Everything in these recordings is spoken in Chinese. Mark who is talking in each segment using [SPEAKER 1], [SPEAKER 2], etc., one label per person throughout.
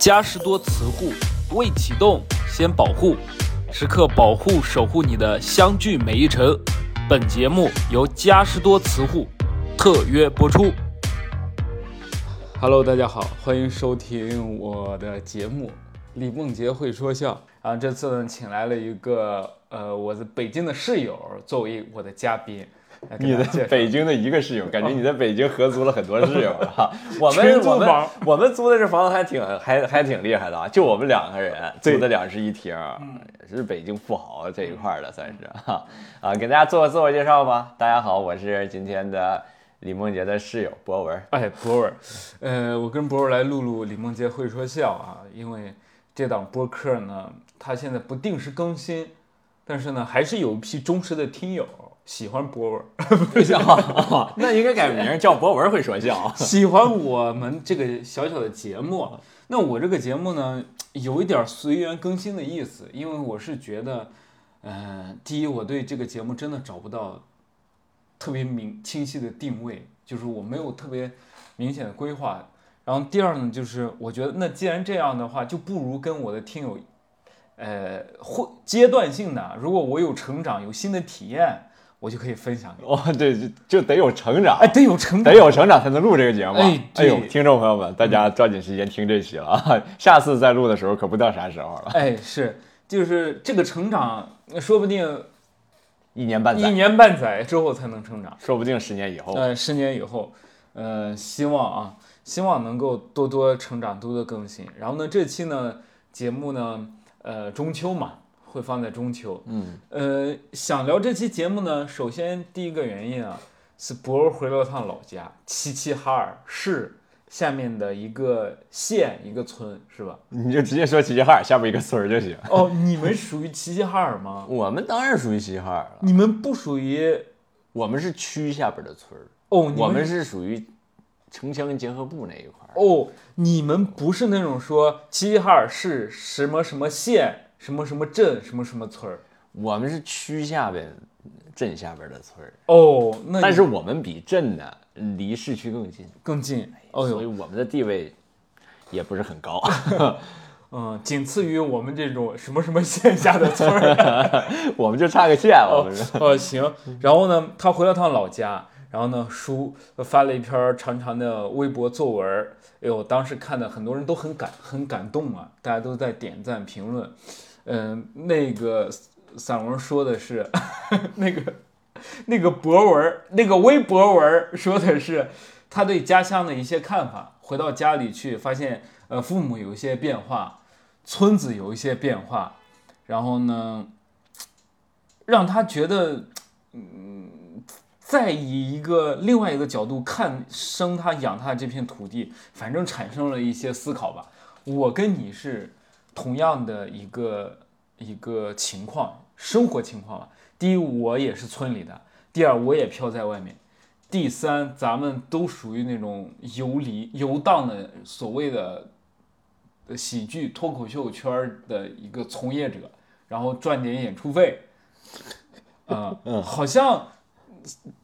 [SPEAKER 1] 嘉实多磁护，未启动先保护，时刻保护守护你的相聚每一程。本节目由嘉实多磁护特约播出。Hello，大家好，欢迎收听我的节目《李梦洁会说笑》。然后这次呢，请来了一个呃，我的北京的室友作为我的嘉宾。来给
[SPEAKER 2] 你
[SPEAKER 1] 大
[SPEAKER 2] 在
[SPEAKER 1] 家介绍
[SPEAKER 2] 北京的一个室友，感觉你在北京合租了很多室友啊。我
[SPEAKER 1] 群
[SPEAKER 2] 们
[SPEAKER 1] 租
[SPEAKER 2] 我们
[SPEAKER 1] 房
[SPEAKER 2] 我们租的这房子还挺还还挺厉害的啊，就我们两个人
[SPEAKER 1] 对
[SPEAKER 2] 租的两室一厅，是北京富豪这一块儿的算是啊。 啊，给大家做个自我介绍吧。大家好，我是今天的李梦洁的室友博文。
[SPEAKER 1] 哎，博文，呃，我跟博文来录录李梦洁会说笑啊，因为这档播客呢，它现在不定时更新，但是呢，还是有一批忠实的听友喜欢博文，
[SPEAKER 2] 会笑， 那应该改名叫博文会说笑。
[SPEAKER 1] 喜欢我们这个小小的节目啊。那我这个节目呢，有一点随缘更新的意思，因为我是觉得，呃，第一，我对这个节目真的找不到特别明清晰的定位，就是我没有特别明显的规划。然后第二呢，就是我觉得那既然这样的话，就不如跟我的听友，呃，或阶段性的，如果我有成长、有新的体验，我就可以分享给你。
[SPEAKER 2] 哦，对，就就得有成长
[SPEAKER 1] 哎，。得有成长
[SPEAKER 2] 得，有成长才能录这个节目。
[SPEAKER 1] 哎
[SPEAKER 2] 哎呦，
[SPEAKER 1] 对
[SPEAKER 2] 听众朋友们，大家抓紧时间听这期了啊！ 下次再录的时候可不知道啥时候 了，
[SPEAKER 1] 哎，是，就是这个成长，说不定
[SPEAKER 2] 一年半
[SPEAKER 1] 一
[SPEAKER 2] 载，
[SPEAKER 1] 年半载之后才能成长，
[SPEAKER 2] 说不定十年以后。
[SPEAKER 1] 呃，十年以后，呃，希望啊，希望能够多多成长，多多更新。然后呢，这期呢节目呢，呃，中秋嘛，会放在中秋。
[SPEAKER 2] 嗯，
[SPEAKER 1] 呃，想聊这期节目呢，首先第一个原因啊，是博儿回了趟老家，齐齐哈尔市下面的一个县一个村，是吧？
[SPEAKER 2] 你就直接说齐齐哈尔下边一个村儿就行。
[SPEAKER 1] 哦，你们属于齐齐哈尔吗？
[SPEAKER 2] 我们当然属于齐齐哈尔了，
[SPEAKER 1] 你们不属于
[SPEAKER 2] 我们是区下边的村儿，
[SPEAKER 1] 哦，你
[SPEAKER 2] 我们是属于城乡结合部那一块儿。
[SPEAKER 1] 哦，你们不是那种说齐齐哈尔市什么什么县、什么什么镇、什么什么村儿
[SPEAKER 2] 我们是区下边镇下边的村儿，
[SPEAKER 1] 哦，那你
[SPEAKER 2] 但是我们比镇呢离市区更近，
[SPEAKER 1] 更近哦
[SPEAKER 2] 所以
[SPEAKER 1] 哟，
[SPEAKER 2] 我们的地位也不是很高。
[SPEAKER 1] 嗯，仅次于我们这种什么什么 县下的村儿
[SPEAKER 2] 我们就差个县，我
[SPEAKER 1] 哦
[SPEAKER 2] 们是。
[SPEAKER 1] 哦行，然后呢，他回了趟老家，然后呢，书发了一篇长长的微博作文儿，哎呦，当时看的很多人都很感很感动啊，大家都在点赞评论，嗯，那个散文说的是 那个那个博文儿，那个微博文儿说的是他对家乡的一些看法。回到家里去，发现呃父母有一些变化，村子有一些变化，然后呢，让他觉得嗯，再以一个另外一个角度看生他养他这片土地，反正产生了一些思考吧。我跟你是同样的一个一个情况，生活情况吧。第一，我也是村里的；第二，我也飘在外面；第三，咱们都属于那种游离、游荡的所谓的呃喜剧脱口秀圈儿的一个从业者，然后赚点演出费。啊、好像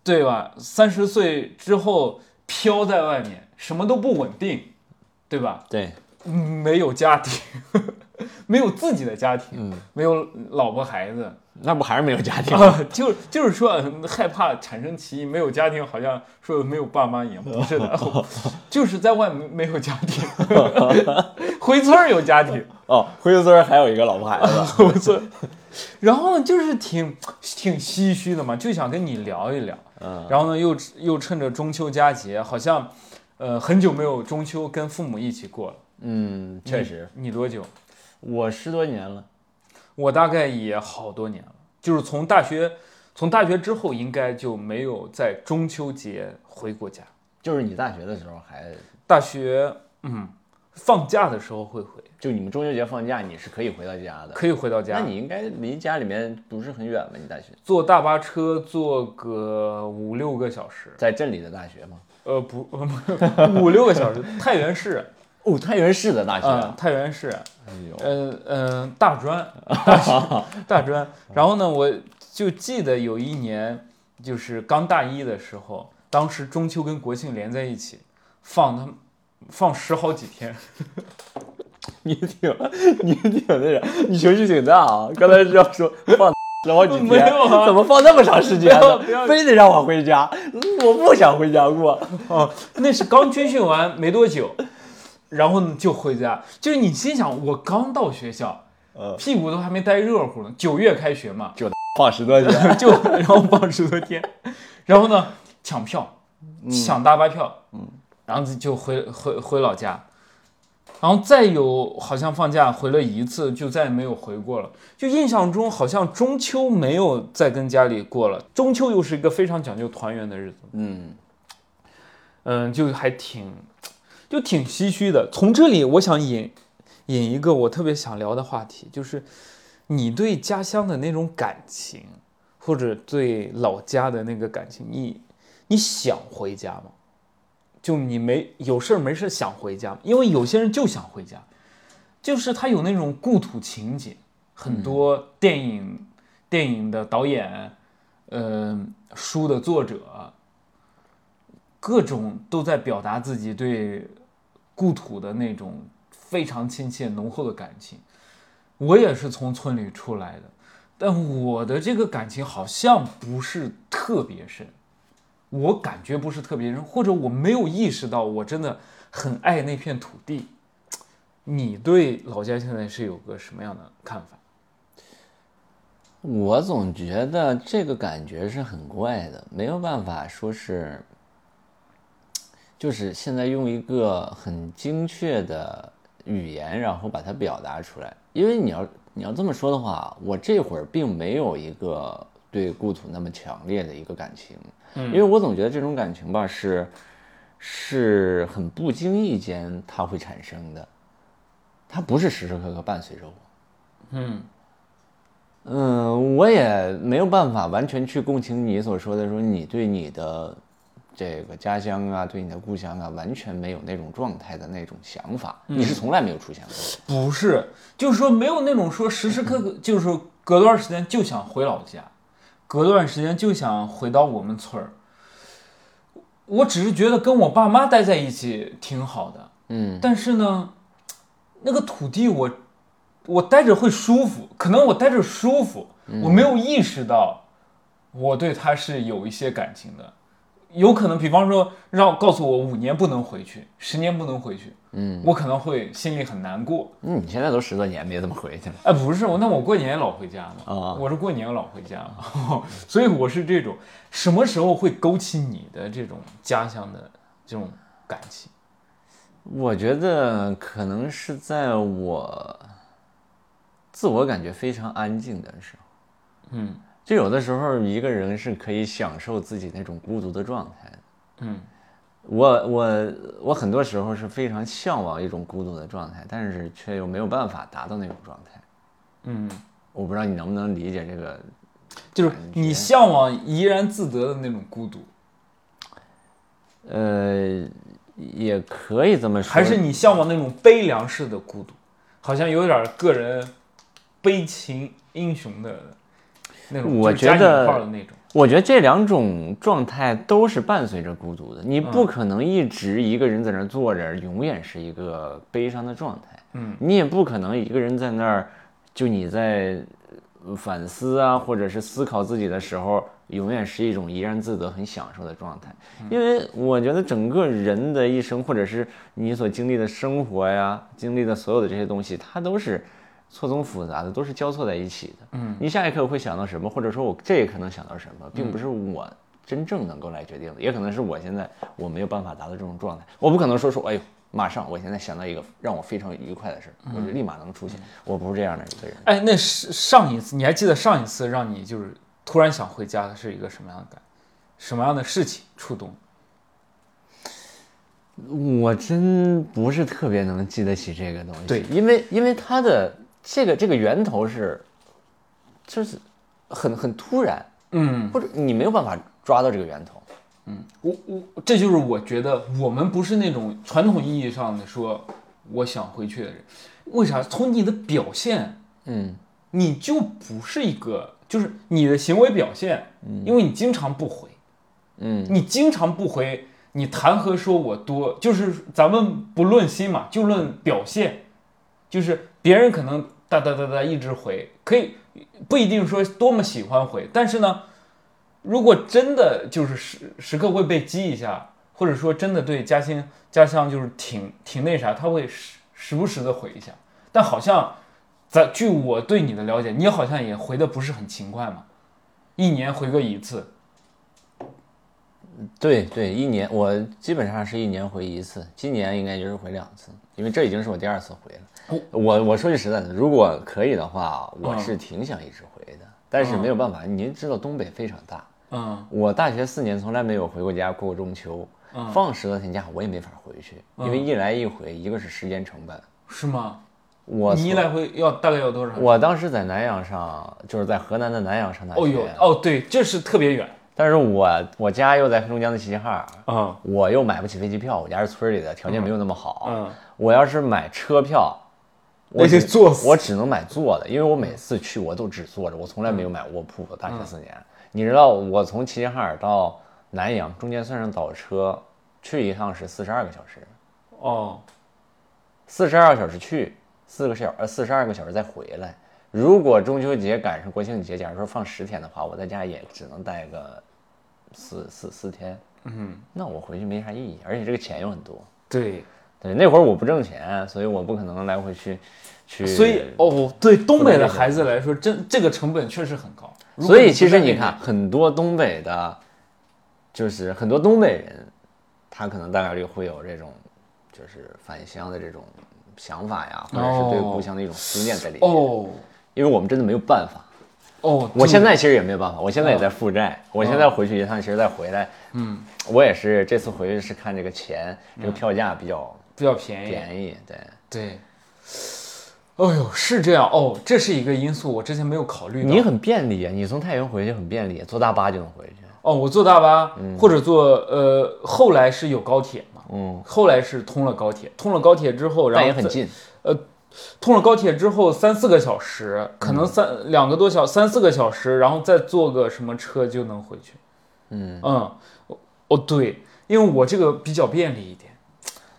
[SPEAKER 1] 对吧？三十岁之后飘在外面，什么都不稳定，对吧？
[SPEAKER 2] 对，
[SPEAKER 1] 嗯没有家庭， 没有自己的家庭，没有老婆孩子，
[SPEAKER 2] 那不还是没有家 庭？
[SPEAKER 1] 啊，就就是说嗯害怕产生歧义，没有家庭，好像说没有爸妈一样，不是的，就是在外面没有家庭， 回村儿有家庭，
[SPEAKER 2] 哦，回头村还有一个老婆孩 子。嗯
[SPEAKER 1] 回村儿， 然后呢，就是挺挺唏嘘的嘛，就想跟你聊一聊，
[SPEAKER 2] 嗯，
[SPEAKER 1] 然后呢，又又趁着中秋佳节，好像呃很久没有中秋跟父母一起过了，
[SPEAKER 2] 嗯，确实，
[SPEAKER 1] 你多久？
[SPEAKER 2] 我十多年了。
[SPEAKER 1] 我大概也好多年了，就是从大学，从大学之后应该就没有在中秋节回过家。
[SPEAKER 2] 就是你大学的时候还，
[SPEAKER 1] 大学，嗯，放假的时候会回，
[SPEAKER 2] 就你们中秋节放假，你是可以回到家的。
[SPEAKER 1] 可以回到
[SPEAKER 2] 那
[SPEAKER 1] 家，
[SPEAKER 2] 你应该离家里面不是很远吧？你大学
[SPEAKER 1] 坐大巴车坐个五六个小时，
[SPEAKER 2] 在镇里的大学吗？
[SPEAKER 1] 呃，不， 五六个小时，太原市，
[SPEAKER 2] 哦，太原市的大学。啊
[SPEAKER 1] 嗯，太原市，
[SPEAKER 2] 哎呦，
[SPEAKER 1] 呃呃，大专， 大专。然后呢，我就记得有一年，就是刚大一的时候，当时中秋跟国庆连在一起，放他们放十好几天，
[SPEAKER 2] 你挺你挺那啥，你情绪挺大啊。刚才是要说放 了好几
[SPEAKER 1] 没
[SPEAKER 2] 天，
[SPEAKER 1] 有啊
[SPEAKER 2] 怎么放那么长时间
[SPEAKER 1] 不要
[SPEAKER 2] 呢
[SPEAKER 1] 不要？
[SPEAKER 2] 非得让我回家，嗯我不想回家过。
[SPEAKER 1] 哦，那是刚军训完没多久，然后呢就回家。就是你心想，我刚到学校，
[SPEAKER 2] 嗯
[SPEAKER 1] 屁股都还没待热乎呢。九月开学嘛，
[SPEAKER 2] 放十多天，
[SPEAKER 1] 就然后放十多天，然后呢抢票，抢大巴票，嗯，然后就回回回老家，然后再有好像放假回了一次，就再也没有回过了。就印象中好像中秋没有再跟家里过了，中秋又是一个非常讲究团圆的日子。
[SPEAKER 2] 嗯，
[SPEAKER 1] 嗯，就还挺，就挺唏嘘的。从这里，我想引引一个我特别想聊的话题，就是你对家乡的那种感情，或者对老家的那个感情，你你想回家吗？就你没有事儿没事儿想回家吗，因为有些人就想回家，就是他有那种故土情结。很多电影、电影的导演，嗯、书的作者，各种都在表达自己对故土的那种非常亲切浓厚的感情。我也是从村里出来的，但我的这个感情好像不是特别深，我感觉不是特别深，或者我没有意识到我真的很爱那片土地。你对老家现在是有个什么样的看法？
[SPEAKER 2] 我总觉得这个感觉是很怪的，没有办法说是，就是现在用一个很精确的语言，然后把它表达出来。因为你要你要这么说的话，我这会儿并没有一个对故土那么强烈的一个感情，因为我总觉得这种感情吧是是很不经意间它会产生的，它不是时时刻刻伴随着我。
[SPEAKER 1] 嗯，
[SPEAKER 2] 嗯，我也没有办法完全去共情你所说的，说你对你的这个家乡啊，对你的故乡啊，完全没有那种状态的那种想法，你是从来没有出现过。
[SPEAKER 1] 不是，就是说没有那种说时时刻刻，就是说隔段时间就想回老家，隔段时间就想回到我们村儿。我只是觉得跟我爸妈待在一起挺好的，
[SPEAKER 2] 嗯，
[SPEAKER 1] 但是呢，那个土地我我待着会舒服，可能我待着舒服，
[SPEAKER 2] 嗯
[SPEAKER 1] 我没有意识到我对它是有一些感情的，有可能比方说让告诉我五年不能回去，十年不能回去，
[SPEAKER 2] 嗯，
[SPEAKER 1] 我可能会心里很难过。
[SPEAKER 2] 嗯你现在都十多年没怎么回去了。
[SPEAKER 1] 哎，不是我，那我过年也老回家嘛，
[SPEAKER 2] 啊
[SPEAKER 1] 我是过年老回家嘛， 所以我是这种，什么时候会勾起你的这种家乡的这种感情？
[SPEAKER 2] 我觉得可能是在我自我感觉非常安静的时候，
[SPEAKER 1] 嗯
[SPEAKER 2] 就有的时候一个人是可以享受自己那种孤独的状态的。
[SPEAKER 1] 嗯
[SPEAKER 2] 我我我很多时候是非常向往一种孤独的状态，但是却又没有办法达到那种状态。
[SPEAKER 1] 嗯，
[SPEAKER 2] 我不知道你能不能理解这个，
[SPEAKER 1] 就是你向往怡然自得的那种孤独，
[SPEAKER 2] 呃，也可以这么说，
[SPEAKER 1] 还是你向往那种悲凉式的孤独？好像有点个人悲情英雄的那种，
[SPEAKER 2] 我
[SPEAKER 1] 就是加
[SPEAKER 2] 觉得
[SPEAKER 1] 引号的那种。
[SPEAKER 2] 我觉得这两种状态都是伴随着孤独的，你不可能一直一个人在那儿坐着，永远是一个悲伤的状态。
[SPEAKER 1] 嗯，
[SPEAKER 2] 你也不可能一个人在那儿，就你在呃反思啊，或者是思考自己的时候，永远是一种怡然自得、很享受的状态。因为我觉得整个人的一生，或者是你所经历的生活呀、经历的所有的这些东西，它都是错综复杂的，都是交错在一起的。
[SPEAKER 1] 嗯，
[SPEAKER 2] 你下一刻会想到什么，或者说我这一刻能想到什么，并不是我真正能够来决定的，也可能是我现在我没有办法达到这种状态，我不可能说说，哎呦，马上我现在想到一个让我非常愉快的事儿，我就立马能出现，我不是这样的一个人。
[SPEAKER 1] 哎，那是上一次，你还记得上一次让你就是突然想回家的是一个什么样的感，什么样的事情触动？
[SPEAKER 2] 嗯我真不是特别能记得起这个东西，
[SPEAKER 1] 对
[SPEAKER 2] 因为因为它的这个这个源头是，就是很很突然，
[SPEAKER 1] 嗯，
[SPEAKER 2] 或者你没有办法抓到这个源头。
[SPEAKER 1] 我我这就是我觉得我们不是那种传统意义上的说我想回去的人，为啥？从你的表现，
[SPEAKER 2] 嗯
[SPEAKER 1] 你就不是一个，就是你的行为表现，因为你经常不回，
[SPEAKER 2] 嗯
[SPEAKER 1] 你经常不回，你谈何说我多？就是咱们不论心嘛，就论表现。就是别人可能哒哒哒哒一直回，可以不一定说多么喜欢回，但是呢，如果真的就是时时刻会被激一下，或者说真的对嘉兴家乡就是挺挺那啥，他会时时不时的回一下，但好像咱据我对你的了解，你好像也回的不是很勤快嘛，一年回个一次，
[SPEAKER 2] 对对，一年我基本上是一年回一次，今年应该就是回两次，因为这已经是我第二次回
[SPEAKER 1] 哦
[SPEAKER 2] 了。我我说句实在的，如果可以的话，
[SPEAKER 1] 嗯
[SPEAKER 2] 我是挺想一直回的，但是没有办法。您知道东北非常大，
[SPEAKER 1] 嗯
[SPEAKER 2] 我大学四年从来没有回过家过过中秋，
[SPEAKER 1] 嗯
[SPEAKER 2] 放十多天假我也没法回去，因为一来一回，一个是时间成本，
[SPEAKER 1] 是吗？
[SPEAKER 2] 我
[SPEAKER 1] 你一来回要大概要多少？
[SPEAKER 2] 我当时在南阳上，就是在河南的南阳上大学，
[SPEAKER 1] 哦哟哦对，这是特别远
[SPEAKER 2] 但是我我家又在黑龙江的齐齐哈尔，
[SPEAKER 1] 啊，
[SPEAKER 2] 我又买不起飞机票，我家是村里的，条件没有那么好。
[SPEAKER 1] 嗯
[SPEAKER 2] 我要是买车票，
[SPEAKER 1] 那
[SPEAKER 2] 我
[SPEAKER 1] 得
[SPEAKER 2] 只
[SPEAKER 1] 坐死
[SPEAKER 2] 我只能买坐的，因为我每次去我都只坐着，我从来
[SPEAKER 1] 嗯
[SPEAKER 2] 没有买卧铺。大学四年，你知道我从齐齐哈尔到南阳中间算上倒车，去一趟是四十二个小时，
[SPEAKER 1] 哦
[SPEAKER 2] 四十二个小时去，四个小呃四十二个小时再回来。如果中秋节赶上国庆节，假如说放十天的话，我在家也只能待个四四四天，
[SPEAKER 1] 嗯
[SPEAKER 2] 那我回去没啥意义，而且这个钱又很多。
[SPEAKER 1] 对，
[SPEAKER 2] 对，那会儿我不挣钱，啊所以我不可能来回去去。
[SPEAKER 1] 所以哦对东北的孩子来说，真这个成本确实很高。如果
[SPEAKER 2] 所以其实
[SPEAKER 1] 不在
[SPEAKER 2] 你
[SPEAKER 1] 那边
[SPEAKER 2] 看，，很多东北的，就是很多东北人，他可能大概率会有这种，就是返乡的这种想法呀，或者是对故乡的一种思念在里面。
[SPEAKER 1] 哦
[SPEAKER 2] 因为我们真的没有办法。
[SPEAKER 1] 哦，
[SPEAKER 2] 我
[SPEAKER 1] 对
[SPEAKER 2] 现在其实也没有办法，我现在也在负债。我现在回去一趟，其实再回来，
[SPEAKER 1] 嗯，
[SPEAKER 2] 我也是这次回去是看这个钱，这个票价比较
[SPEAKER 1] 比较便宜，
[SPEAKER 2] 便宜。对，
[SPEAKER 1] 对。哦呦，是这样哦，这是一个因素，我之前没有考虑到。
[SPEAKER 2] 你很便利啊，你从太原回去很便利，坐大巴就能回去。
[SPEAKER 1] 哦，我坐大巴、或者坐呃，后来是有高铁嘛，
[SPEAKER 2] 嗯，
[SPEAKER 1] 后来是通了高铁，通了高铁之后，然
[SPEAKER 2] 但
[SPEAKER 1] 后
[SPEAKER 2] 也很
[SPEAKER 1] 再
[SPEAKER 2] 近。
[SPEAKER 1] 通了高铁之后三四个小时，
[SPEAKER 2] 嗯
[SPEAKER 1] 可能三、两个多小三四个小时，然后再坐个什么车就能回去。
[SPEAKER 2] 嗯
[SPEAKER 1] 嗯，哦对，因为我这个比较便利一点。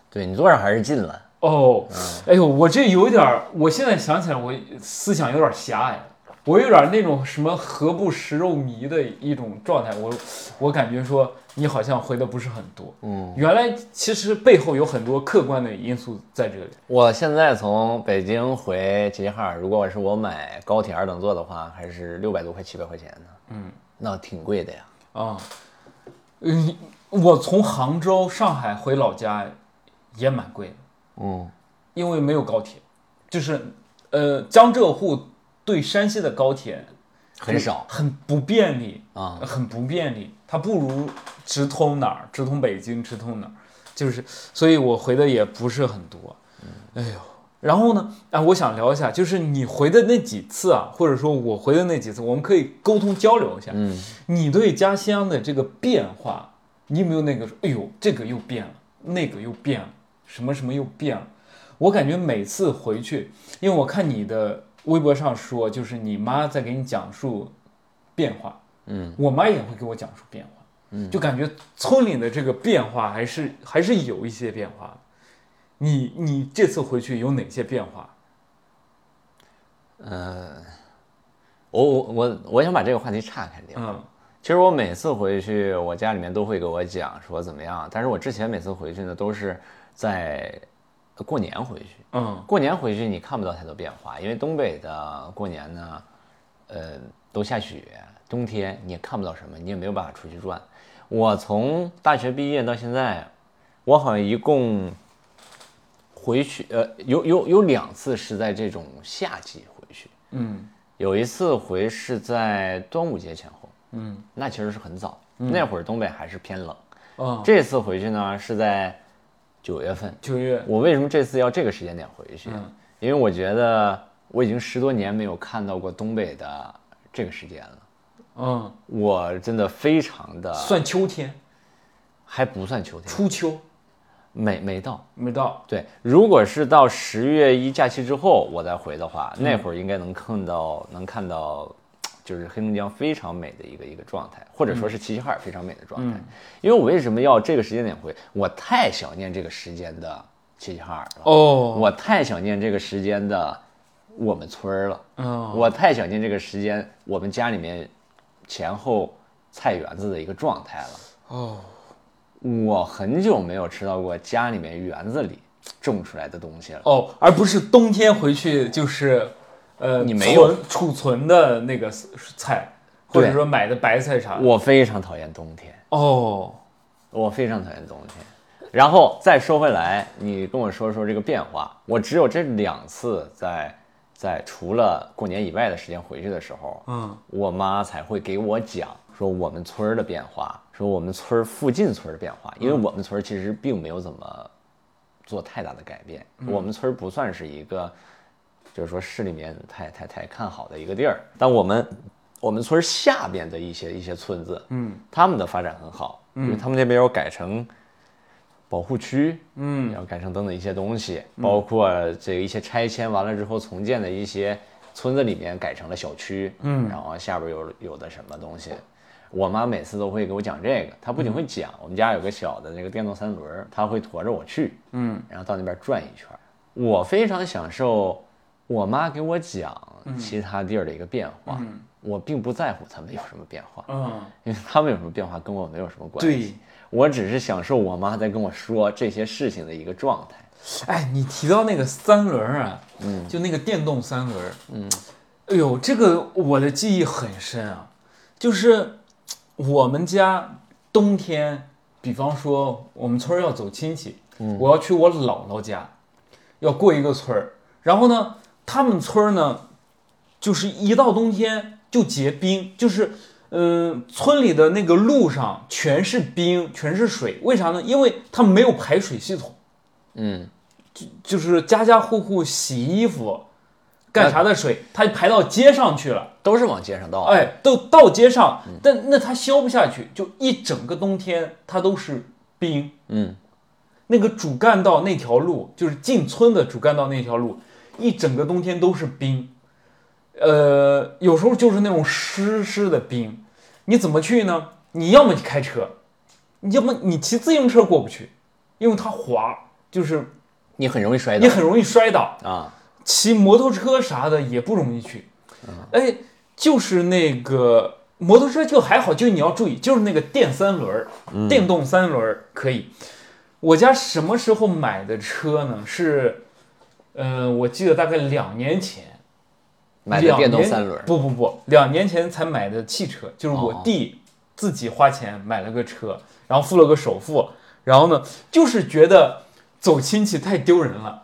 [SPEAKER 2] 对你坐上还是近了。
[SPEAKER 1] 哦，哎呦，我这有点儿，我现在想起来，我思想有点狭隘，我有点儿那种什么“何不食肉糜”的一种状态。我我感觉说你好像回的不是很多，
[SPEAKER 2] 嗯，
[SPEAKER 1] 原来其实背后有很多客观的因素在这里。
[SPEAKER 2] 我现在从北京回齐齐哈尔，如果是我买高铁二等座的话，还是六百多块、七百块钱呢。
[SPEAKER 1] 嗯，
[SPEAKER 2] 那挺贵的呀。
[SPEAKER 1] 啊，嗯，我从杭州、上海回老家也蛮贵的，
[SPEAKER 2] 嗯，
[SPEAKER 1] 因为没有高铁，就是呃江浙沪对山西的高铁
[SPEAKER 2] 很少
[SPEAKER 1] 很不便利
[SPEAKER 2] 啊，
[SPEAKER 1] 很不便利，它不如直通哪儿，直通北京，直通哪儿，就是，所以我回的也不是很多，
[SPEAKER 2] 嗯
[SPEAKER 1] 哎呦。然后呢？啊，我想聊一下，就是你回的那几次啊，或者说我回的那几次，我们可以沟通交流一下。
[SPEAKER 2] 嗯，
[SPEAKER 1] 你对家乡的这个变化，你有没有那个说，哎呦，这个又变了，那个又变了，什么什么又变了？我感觉每次回去，因为我看你的微博上说，就是你妈在给你讲述变化，
[SPEAKER 2] 嗯，
[SPEAKER 1] 我妈也会给我讲述变化，嗯，就感觉村里的这个变化还是还是有一些变化的。你你这次回去有哪些变化？
[SPEAKER 2] 我我我我想把这个话题岔开聊。
[SPEAKER 1] 嗯
[SPEAKER 2] 其实我每次回去，我家里面都会给我讲说怎么样，但是我之前每次回去呢，都是在过年回去。
[SPEAKER 1] 嗯
[SPEAKER 2] 过年回去你看不到太多变化，因为东北的过年呢，呃，都下雪，冬天你也看不到什么，你也没有办法出去转。我从大学毕业到现在，我好像一共回去，呃，有有有两次是在这种夏季回去，
[SPEAKER 1] 嗯
[SPEAKER 2] 有一次回是在端午节前后，
[SPEAKER 1] 嗯
[SPEAKER 2] 那其实是很早，那会儿东北还是偏冷。
[SPEAKER 1] 嗯，
[SPEAKER 2] 这次回去呢是在九月份，
[SPEAKER 1] 九月
[SPEAKER 2] 我为什么这次要这个时间点回去？
[SPEAKER 1] 嗯
[SPEAKER 2] 因为我觉得我已经十多年没有看到过东北的这个时间了，
[SPEAKER 1] 嗯，
[SPEAKER 2] 我真的非常的
[SPEAKER 1] 算秋天，
[SPEAKER 2] 还不算秋天，
[SPEAKER 1] 初秋
[SPEAKER 2] 没没到。
[SPEAKER 1] 没到。
[SPEAKER 2] 对，如果是到十月一假期之后我再回的话，那会儿应该能看到能看到，就是黑龙江非常美的一个一个状态，或者说是齐齐哈尔非常美的状态。因为我为什么要这个时间点回？我太想念这个时间的齐齐哈尔了。
[SPEAKER 1] 哦，
[SPEAKER 2] 我太想念这个时间的我们村儿了，
[SPEAKER 1] 嗯，
[SPEAKER 2] 我太想念这个时间我们家里面前后菜园子的一个状态了。
[SPEAKER 1] 哦，
[SPEAKER 2] 我很久没有吃到过家里面园子里种出来的东西了。
[SPEAKER 1] 哦，而不是冬天回去就是，呃，
[SPEAKER 2] 你没有
[SPEAKER 1] 存储存的那个菜，或者
[SPEAKER 2] 对
[SPEAKER 1] 说买的白菜啥的。
[SPEAKER 2] 我非常讨厌冬天，
[SPEAKER 1] 哦，
[SPEAKER 2] 我非常讨厌冬天。然后再说回来，你跟我说说这个变化。我只有这两次在在除了过年以外的时间回去的时候，
[SPEAKER 1] 嗯，
[SPEAKER 2] 我妈才会给我讲说我们村儿的变化，说我们村儿附近村儿的变化，因为我们村儿其实并没有怎么做太大的改变，我们村儿不算是一个就是说市里面太太太看好的一个地儿，但我们我们村儿下边的一些一些村子，
[SPEAKER 1] 嗯，
[SPEAKER 2] 他们的发展很好，因为他们那边有改成保护区，嗯，然后改成等等一些东西，包括这个一些拆迁完了之后重建的一些村子里面改成了小区，嗯，然后下边有有的什么东西。我妈每次都会给我讲这个，她不仅会讲，我们家有个小的那个电动三轮儿，她会驮着我去，
[SPEAKER 1] 嗯，
[SPEAKER 2] 然后到那边转一圈儿。我非常享受我妈给我讲其他地儿的一个变化，我并不在乎他们有什么变化，
[SPEAKER 1] 嗯，
[SPEAKER 2] 因为他们有什么变化跟我没有什么关系。
[SPEAKER 1] 对。
[SPEAKER 2] 我只是享受我妈在跟我说这些事情的一个状态。
[SPEAKER 1] 哎，你提到那个三轮儿啊，嗯，就那个电动三轮，嗯，哎呦，这个我的记忆很深啊，就是我们家冬天，比方说我们村儿要走亲戚，嗯，我要去我姥姥家，要过一个村儿，然后呢，他们村儿呢，就是一到冬天就结冰，就是。嗯，村里的那个路上全是冰，全是水，为啥呢？因为它没有排水系统，
[SPEAKER 2] 嗯，
[SPEAKER 1] 就是家家户户洗衣服、干啥的水，它排到街上去了，
[SPEAKER 2] 都是往街上倒。，
[SPEAKER 1] 哎，都到街上，但那它消不下去，就一整个冬天它都是冰。
[SPEAKER 2] 嗯，
[SPEAKER 1] 那个主干道那条路，就是进村的主干道那条路，一整个冬天都是冰。呃，有时候就是那种湿湿的冰，你怎么去呢？你要么你开车，你要么你骑自行车过不去，因为它滑，就是
[SPEAKER 2] 你很容易摔
[SPEAKER 1] 你
[SPEAKER 2] 倒
[SPEAKER 1] 很容易摔倒。
[SPEAKER 2] 啊。
[SPEAKER 1] 骑摩托车啥的也不容易去。哎，就是那个摩托车就还好，就你要注意，就是那个电三轮儿、
[SPEAKER 2] 嗯
[SPEAKER 1] 电动三轮儿可以。我家什么时候买的车呢？是，呃，我记得大概两年前，
[SPEAKER 2] 买的
[SPEAKER 1] 两
[SPEAKER 2] 电动
[SPEAKER 1] 年
[SPEAKER 2] 三轮儿，
[SPEAKER 1] 不不不，两年前才买的汽车，就是我
[SPEAKER 2] 哦
[SPEAKER 1] 弟自己花钱买了个车，然后付了个首付，然后呢，就是觉得走亲戚太丢人了。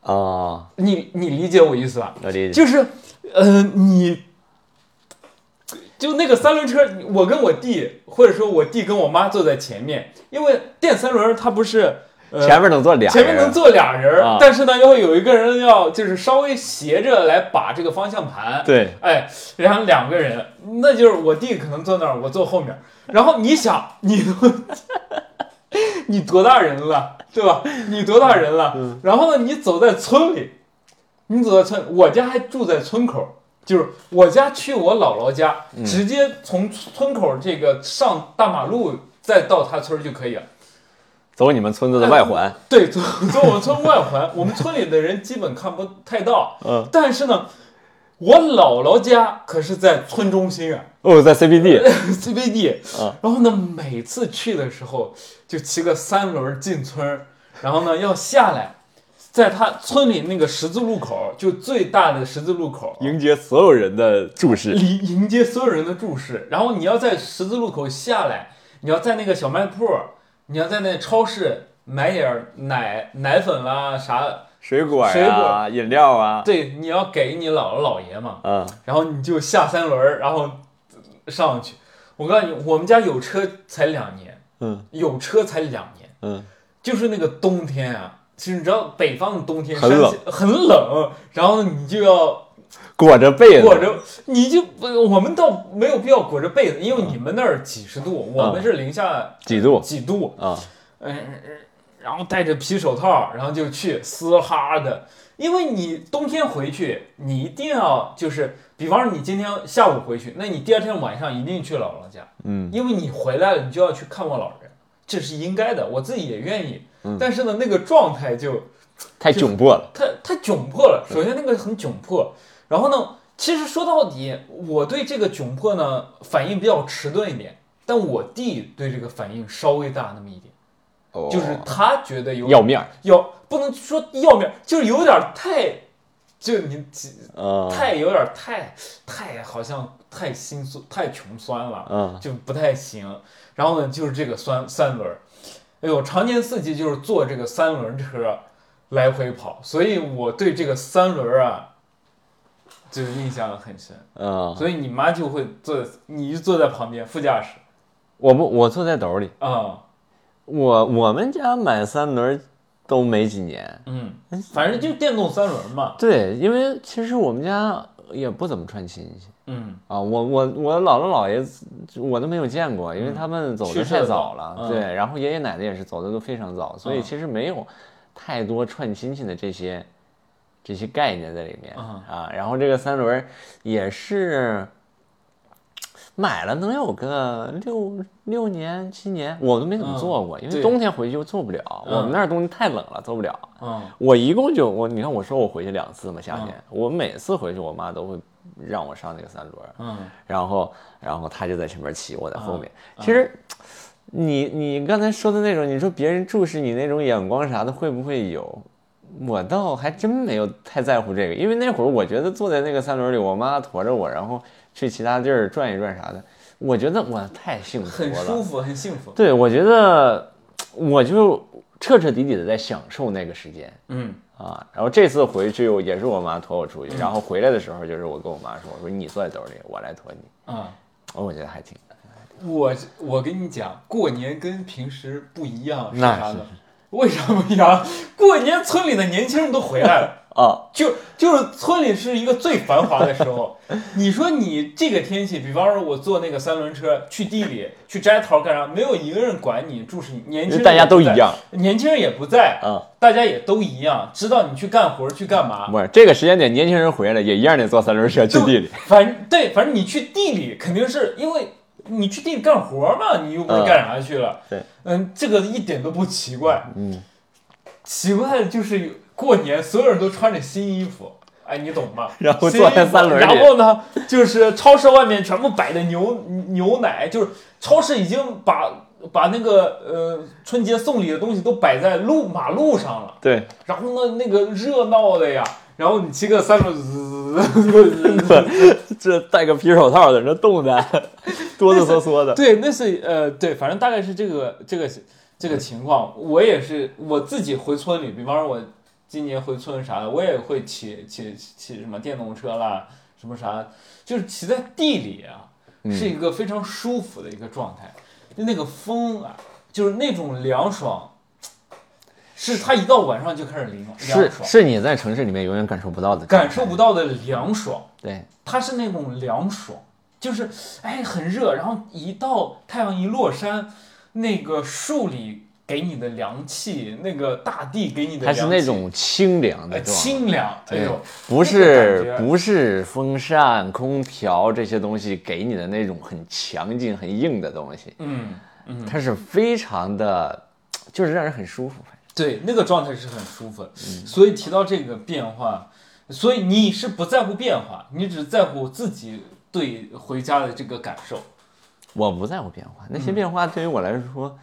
[SPEAKER 2] 啊，
[SPEAKER 1] 你你理解我意思吧？
[SPEAKER 2] 我理解。
[SPEAKER 1] 就是，呃，你就那个三轮车，我跟我弟，或者说我弟跟我妈坐在前面，因为电三轮儿它不是、呃、
[SPEAKER 2] 前面能坐俩人，
[SPEAKER 1] 前面能坐俩人儿，
[SPEAKER 2] 啊
[SPEAKER 1] 但是呢，要有一个人要就是稍微斜着来把这个方向盘，
[SPEAKER 2] 对，
[SPEAKER 1] 哎，然后两个人，那就是我弟可能坐那儿，我坐后面儿。然后你想，你都你多大人了，对吧？你多大人了？然后呢，你走在村里，你走在村，我家还住在村口儿，就是我家去我姥姥家，直接从村口儿这个上大马路，再到他村儿就可以了。
[SPEAKER 2] 走你们村子的外环。
[SPEAKER 1] 对，走走我们村外环，我们村里的人基本看不太到。
[SPEAKER 2] 嗯，
[SPEAKER 1] 但是呢，我姥姥家可是在村中心啊
[SPEAKER 2] 哦，在
[SPEAKER 1] 哎
[SPEAKER 2] CBD，
[SPEAKER 1] ，CBD。
[SPEAKER 2] 嗯
[SPEAKER 1] 然后呢，每次去的时候就骑个三轮儿进村儿，然后呢要下来，在他村里那个十字路口，就最大的十字路口，
[SPEAKER 2] 迎接所有人的注视。
[SPEAKER 1] 迎迎接所有人的注视。然后你要在十字路口下来，你要在那个小卖铺儿，你要在那超市买点儿奶奶粉啦啥。
[SPEAKER 2] 水果啊
[SPEAKER 1] 水果、
[SPEAKER 2] 饮料啊，
[SPEAKER 1] 对，你要给你姥姥姥爷嘛，
[SPEAKER 2] 嗯，
[SPEAKER 1] 然后你就下三轮儿，然后上去。我告诉你，我们家有车才两年，
[SPEAKER 2] 嗯，
[SPEAKER 1] 有车才两年，
[SPEAKER 2] 嗯，
[SPEAKER 1] 就是那个冬天啊，就是你知道北方的冬天
[SPEAKER 2] 很
[SPEAKER 1] 山
[SPEAKER 2] 冷
[SPEAKER 1] 西很冷，然后你就要
[SPEAKER 2] 裹着被子，嗯
[SPEAKER 1] 裹着，你就不，我们倒没有必要裹着被子，因为你们那儿几十度，我们是零下
[SPEAKER 2] 几度
[SPEAKER 1] 几度，
[SPEAKER 2] 啊，
[SPEAKER 1] 嗯，然后戴着皮手套，然后就去嘶哈的，因为你冬天回去，你一定要就是，比方说你今天下午回去，那你第二天晚上一定去姥姥家，
[SPEAKER 2] 嗯，
[SPEAKER 1] 因为你回来了，你就要去看望老人，这是应该的，我自己也愿意。
[SPEAKER 2] 嗯
[SPEAKER 1] 但是呢，那个状态就
[SPEAKER 2] 太
[SPEAKER 1] 就是
[SPEAKER 2] 窘迫了。
[SPEAKER 1] 太太窘迫
[SPEAKER 2] 嗯
[SPEAKER 1] 了。首先那个很窘迫，然后呢，其实说到底，我对这个窘迫呢反应比较迟钝一点，但我弟对这个反应稍微大那么一点，
[SPEAKER 2] 哦
[SPEAKER 1] 就是他觉得有
[SPEAKER 2] 要面儿，
[SPEAKER 1] 要不能说要面儿，就是有点儿太，就你
[SPEAKER 2] 嗯，
[SPEAKER 1] 太有点儿太太好像太心酸太穷酸了，
[SPEAKER 2] 嗯
[SPEAKER 1] 就不太行。然后呢，就是这个三三轮儿，哎呦，常年四季就是坐这个三轮车来回跑，所以我对这个三轮儿啊，就是印象很深。
[SPEAKER 2] 嗯，
[SPEAKER 1] 所以你妈就会坐，你就坐在旁边副驾驶
[SPEAKER 2] 我不，我坐在兜里。
[SPEAKER 1] 啊、
[SPEAKER 2] 我我们家买三轮都没几年。
[SPEAKER 1] 嗯，反正就电动三轮嘛，
[SPEAKER 2] 对，因为其实我们家也不怎么串亲戚
[SPEAKER 1] 嗯
[SPEAKER 2] 啊，我我我姥姥姥爷我都没有见过，因为他们走
[SPEAKER 1] 嗯去
[SPEAKER 2] 的
[SPEAKER 1] 世得
[SPEAKER 2] 太早
[SPEAKER 1] 早
[SPEAKER 2] 了。
[SPEAKER 1] 嗯
[SPEAKER 2] 对，然后爷爷奶奶也是走的都非常早，所以
[SPEAKER 1] 嗯
[SPEAKER 2] 其实没有太多串亲戚的这些这些概念在里面
[SPEAKER 1] 嗯
[SPEAKER 2] 啊。然后这个三轮儿也是。买了能有个六六年七年，我都没怎么
[SPEAKER 1] 嗯
[SPEAKER 2] 坐过，因为
[SPEAKER 1] 对
[SPEAKER 2] 冬天回去又坐不了，我
[SPEAKER 1] 嗯
[SPEAKER 2] 们那儿冬天太冷了，坐不了。
[SPEAKER 1] 嗯
[SPEAKER 2] 我一共就我，你看我说我回去两次嘛，夏天、我每次回去，我妈都会让我上那个三轮儿，
[SPEAKER 1] 嗯
[SPEAKER 2] 然后然后她就在前面骑，我在后面。其实，
[SPEAKER 1] 嗯
[SPEAKER 2] 你你刚才说的那种，你说别人注视你那种眼光啥的，会不会有？我倒还真没有太在乎这个，因为那会儿我觉得坐在那个三轮里，我妈驮着我，然后去其他地儿转一转啥的，我觉得我太幸福了，
[SPEAKER 1] 很舒服，很幸福，
[SPEAKER 2] 对，我觉得我就彻彻底底的在享受那个时间。
[SPEAKER 1] 嗯
[SPEAKER 2] 啊，然后这次回去我也是我妈拖我出去，然后回来的时候就是我跟我妈说，我说你坐在兜里，我来拖你。
[SPEAKER 1] 啊。
[SPEAKER 2] 哦，我觉得还挺，
[SPEAKER 1] 我我跟你讲，过年跟平时不一样是
[SPEAKER 2] 那
[SPEAKER 1] 啥
[SPEAKER 2] 是
[SPEAKER 1] 呢？ 为啥不一样？过年村里的年轻人都回来了，
[SPEAKER 2] 啊，
[SPEAKER 1] 就就是村里是一个最繁华的时候。 你说你这个天气，比方说我坐那个三轮车去地里去摘桃干啥，没有一个人管你，注视你。年轻人
[SPEAKER 2] 大家都一
[SPEAKER 1] 也不在，
[SPEAKER 2] 样
[SPEAKER 1] 年轻人也不在，
[SPEAKER 2] 啊。
[SPEAKER 1] 大家也都一样，知道你去干活去干嘛。
[SPEAKER 2] 不是这个时间点，年轻人回来也一样得坐三轮车去地里。
[SPEAKER 1] 反正对，反正你去地里肯定是因为你去地里干活嘛，你又不是
[SPEAKER 2] 嗯
[SPEAKER 1] 干啥去了。
[SPEAKER 2] 对，
[SPEAKER 1] 嗯，这个一点都不奇怪。
[SPEAKER 2] 嗯，
[SPEAKER 1] 奇怪的就是有过年所有人都穿着新衣服，哎，你懂吗？
[SPEAKER 2] 然后
[SPEAKER 1] 新衣服
[SPEAKER 2] 坐在三轮里
[SPEAKER 1] 然后呢，就是超市外面全部摆的牛牛奶，就是超市已经把把那个呃春节送礼的东西都摆在路马路上了。
[SPEAKER 2] 对，
[SPEAKER 1] 然后呢，那个热闹的呀，然后你骑个三轮，
[SPEAKER 2] 这戴个皮手套在那冻 的，哆哆嗦嗦的。
[SPEAKER 1] 对，那是呃，对，反正大概是这个这个这个情况。我也是我自己回村里，比方说我今年回村啥的，我也会骑骑骑什么电动车啦，什么啥，就是骑在地里啊，是一个非常舒服的一个状态。那个风啊，就是那种凉爽，是它一到晚上就开始凉凉
[SPEAKER 2] 是
[SPEAKER 1] 爽，
[SPEAKER 2] 是你在城市里面永远感受不到的
[SPEAKER 1] 感受不到的凉爽。
[SPEAKER 2] 对，
[SPEAKER 1] 它是那种凉爽，就是哎很热，然后一到太阳一落山，那个树里给你的凉气，那个大地给你的
[SPEAKER 2] 它
[SPEAKER 1] 凉气，
[SPEAKER 2] 是那种清凉的
[SPEAKER 1] 呃
[SPEAKER 2] 状态。
[SPEAKER 1] 清凉那
[SPEAKER 2] 对
[SPEAKER 1] 种，，
[SPEAKER 2] 不
[SPEAKER 1] 那个
[SPEAKER 2] 是
[SPEAKER 1] 感觉
[SPEAKER 2] 不是风扇、空调这些东西给你的那种很强劲、很硬的东西，
[SPEAKER 1] 嗯，
[SPEAKER 2] 它是非常的，就是让人很舒服。
[SPEAKER 1] 对，那个状态是很舒服的。
[SPEAKER 2] 嗯
[SPEAKER 1] 所以提到这个变化，所以你是不在乎变化，你只在乎自己对回家的这个感受。
[SPEAKER 2] 我不在乎变化，那些变化对于我来说，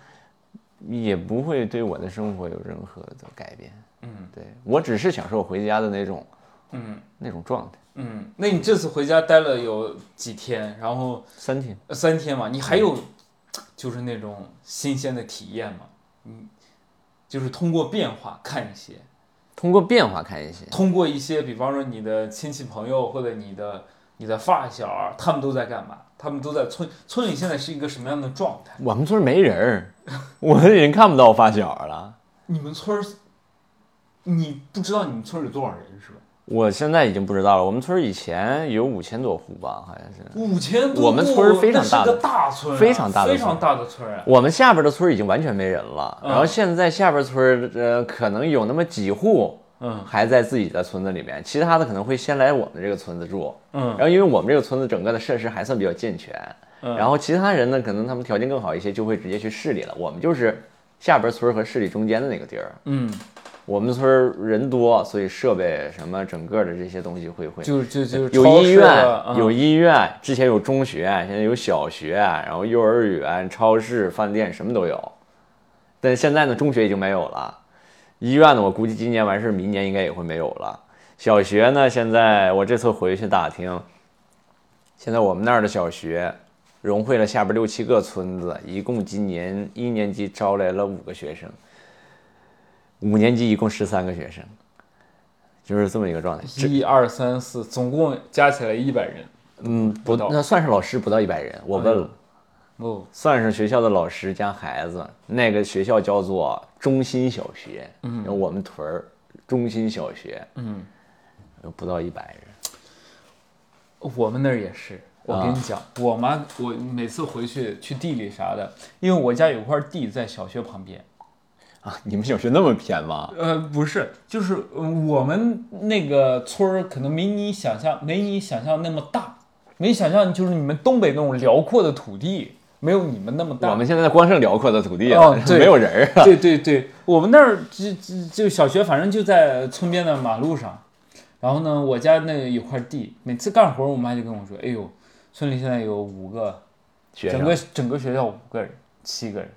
[SPEAKER 2] 也不会对我的生活有任何的改变。
[SPEAKER 1] 嗯，
[SPEAKER 2] 对我只是享受回家的那种
[SPEAKER 1] 嗯
[SPEAKER 2] 那种状态，
[SPEAKER 1] 嗯，那你这次回家待了有几天？然后
[SPEAKER 2] 三天。
[SPEAKER 1] 呃三天嘛，你还
[SPEAKER 2] 嗯
[SPEAKER 1] 有就是那种新鲜的体验嘛？嗯，就是通过变化看一些，
[SPEAKER 2] 通过变化看一些，
[SPEAKER 1] 通过一些，比方说你的亲戚朋友或者你的你的发小啊，他们都在干嘛？他们都在村村里现在是一个什么样的状态？
[SPEAKER 2] 我们村没人儿，我已经看不到我发小了。
[SPEAKER 1] 你们村儿，你不知道你们村儿有多少人是吧？
[SPEAKER 2] 我现在已经不知道了。我们村儿以前有五千多户吧，好像是。
[SPEAKER 1] 五千多户，
[SPEAKER 2] 我们村儿非常大
[SPEAKER 1] 那
[SPEAKER 2] 的
[SPEAKER 1] 是个大村啊、
[SPEAKER 2] 非常大的
[SPEAKER 1] 非
[SPEAKER 2] 村
[SPEAKER 1] 常大的村儿啊。
[SPEAKER 2] 我们下边的村儿已经完全没人了，
[SPEAKER 1] 嗯
[SPEAKER 2] 然后现在下边村儿呃可能有那么几户
[SPEAKER 1] 嗯
[SPEAKER 2] 还在自己的村子里面，其他的可能会先来我们这个村子住，然
[SPEAKER 1] 嗯
[SPEAKER 2] 后因为我们这个村子整个的设施还算比较健全，
[SPEAKER 1] 嗯
[SPEAKER 2] 然后其他人呢，可能他们条件更好一些，就会直接去市里了。我们就是下边村儿和市里中间的那个地儿。
[SPEAKER 1] 嗯，
[SPEAKER 2] 我们村儿人多，所以设备什么整个的这些东西会会
[SPEAKER 1] 就就就是
[SPEAKER 2] 有
[SPEAKER 1] 超
[SPEAKER 2] 医
[SPEAKER 1] 市
[SPEAKER 2] 院
[SPEAKER 1] 了，嗯
[SPEAKER 2] 有医院，之前有中学，现在有小学，啊然后幼儿园、超市、饭店什么都有。但现在呢，中学已经没有了，医院呢，我估计今年完事儿，明年应该也会没有了。小学呢，现在我这次回去打听，现在我们那儿的小学融汇了下边六七个村子，一共今年一年级招来了五个学生，五年级一共十三个学生，就是这么一个状态。这
[SPEAKER 1] 一二三四，总共加起来一百人。
[SPEAKER 2] 嗯，不，
[SPEAKER 1] 到
[SPEAKER 2] 那算是老师不到啊一百人。我问了，
[SPEAKER 1] 哦，
[SPEAKER 2] 算是学校的老师加孩子。那个学校叫做中心小学，嗯，我们屯儿中心小学，
[SPEAKER 1] 嗯，
[SPEAKER 2] 不到一百人。
[SPEAKER 1] 我们那儿也是。我跟你讲，我妈我每次回去去地里啥的，因为我家有块地在小学旁边。
[SPEAKER 2] 啊，你们小学那么偏吗？
[SPEAKER 1] 呃，不是，就是呃我们那个村儿可能没你想象没你想象那么大，没想象就是你们东北那种辽阔的土地没有你们那么大。
[SPEAKER 2] 我们现在光剩辽阔的土地了，
[SPEAKER 1] 哦对
[SPEAKER 2] 没有人儿啊了。
[SPEAKER 1] 对对对，我们那儿就就就小学，反正就在村边的马路上。然后呢，我家那有块地，每次干活，我妈就跟我说：“哎呦，村里现在有五个，
[SPEAKER 2] 学
[SPEAKER 1] 整
[SPEAKER 2] 生
[SPEAKER 1] 个整个学校五个人，七个人，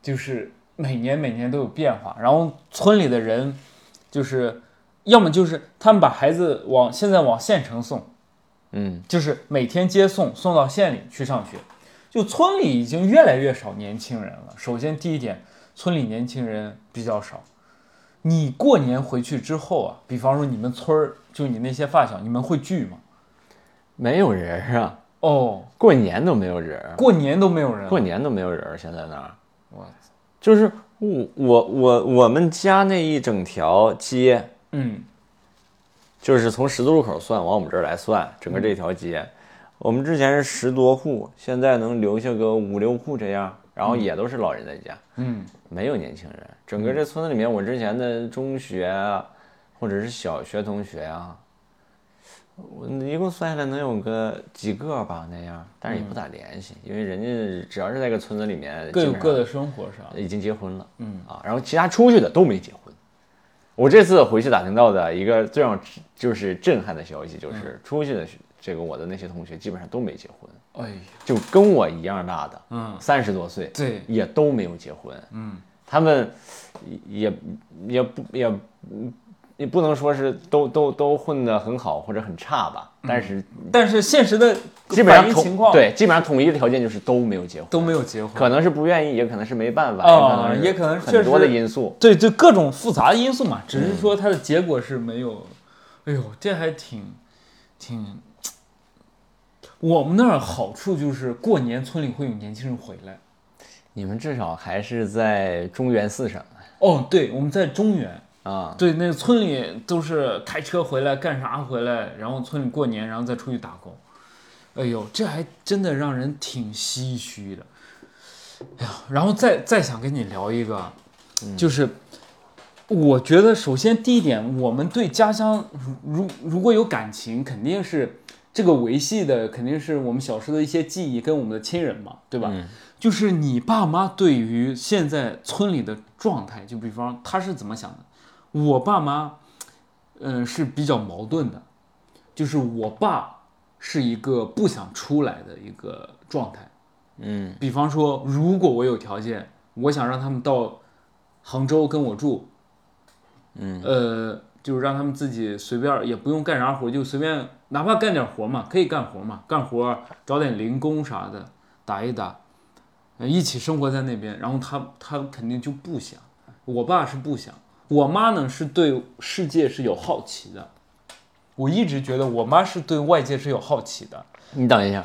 [SPEAKER 1] 就是每年每年都有变化。然后村里的人，就是要么就是他们把孩子往现在往县城送，
[SPEAKER 2] 嗯，
[SPEAKER 1] 就是每天接送，送到县里去上学。就村里已经越来越少年轻人了。首先第一点，村里年轻人比较少。你过年回去之后啊，比方说你们村儿，就你那些发小，你们会聚吗？
[SPEAKER 2] 没有人儿啊，
[SPEAKER 1] 哦，
[SPEAKER 2] 过年都没有人儿，
[SPEAKER 1] 过年都没有人。
[SPEAKER 2] 过年都没有人儿，现在那儿。
[SPEAKER 1] 我，
[SPEAKER 2] 就是我我我我们家那一整条街，
[SPEAKER 1] 嗯
[SPEAKER 2] 就是从十字路口算，往我们这儿来算，整个
[SPEAKER 1] 嗯
[SPEAKER 2] 这条街，我们之前是十多户，现在能留下个五六户这样，然后也都是老人在家，
[SPEAKER 1] 嗯
[SPEAKER 2] 没有年轻人。整个这村子里面，我之前的中学啊，或者是小学同学啊，我一共算下来能有个几个吧那样，但是也不咋联系，因为人家只要是在这个村子里面，
[SPEAKER 1] 嗯各有
[SPEAKER 2] 基本上
[SPEAKER 1] 各的生活上。
[SPEAKER 2] 啊已经结婚了，
[SPEAKER 1] 嗯
[SPEAKER 2] 啊，然后其他出去的都没结婚。我这次回去打听到的一个最让我就是震撼的消息，
[SPEAKER 1] 嗯
[SPEAKER 2] 就是出去的这个我的那些同学基本上都没结婚，
[SPEAKER 1] 哎呀，
[SPEAKER 2] 就跟我一样大的，
[SPEAKER 1] 嗯，
[SPEAKER 2] 三十多岁
[SPEAKER 1] 对，
[SPEAKER 2] 也都没有结婚，
[SPEAKER 1] 嗯
[SPEAKER 2] 他们也也不也也不能说是都都都混得很好或者很差吧，但是
[SPEAKER 1] 但是现实的
[SPEAKER 2] 基本上
[SPEAKER 1] 嗯反映
[SPEAKER 2] 统
[SPEAKER 1] 情况
[SPEAKER 2] 对基本上统一的条件就是都没有结婚，
[SPEAKER 1] 都没有结婚。
[SPEAKER 2] 可能是不愿意，也可能是没办法，
[SPEAKER 1] 啊
[SPEAKER 2] 也
[SPEAKER 1] 也
[SPEAKER 2] 可
[SPEAKER 1] 可
[SPEAKER 2] 能
[SPEAKER 1] 能
[SPEAKER 2] 是
[SPEAKER 1] 确
[SPEAKER 2] 很
[SPEAKER 1] 实
[SPEAKER 2] 多的因素。
[SPEAKER 1] 对，就各种复杂的因素嘛，只是
[SPEAKER 2] 嗯
[SPEAKER 1] 说它的结果是没有。哎呦，这还挺挺。我们那儿好处就是过年村里会有年轻人回来。
[SPEAKER 2] 你们至少还是在中原四省
[SPEAKER 1] 哦，对，我们在中原，
[SPEAKER 2] 啊，
[SPEAKER 1] 对，那村里都是开车回来干啥回来，然后村里过年，然后再出去打工。哎呦，这还真的让人挺唏嘘的。哎呀，然后再再想跟你聊一个，就是我觉得首先第一点，我们对家乡如如如果有感情，肯定是这个维系的，肯定是我们小时候的一些记忆跟我们的亲人嘛，对吧？就是你爸妈对于现在村里的状态，就比方他是怎么想的？我爸妈，嗯、是比较矛盾的，就是我爸是一个不想出来的一个状态。
[SPEAKER 2] 嗯
[SPEAKER 1] 比方说，如果我有条件，我想让他们到杭州跟我住，
[SPEAKER 2] 嗯，
[SPEAKER 1] 呃，就是让他们自己随便儿，也不用干啥活，就随便，哪怕干点活嘛，可以干活嘛，干活找点零工啥的，打一打，呃一起生活在那边。然后他他肯定就不想，我爸是不想，我妈呢是对世界是有好奇的。我一直觉得我妈是对外界是有好奇的，
[SPEAKER 2] 你等一下，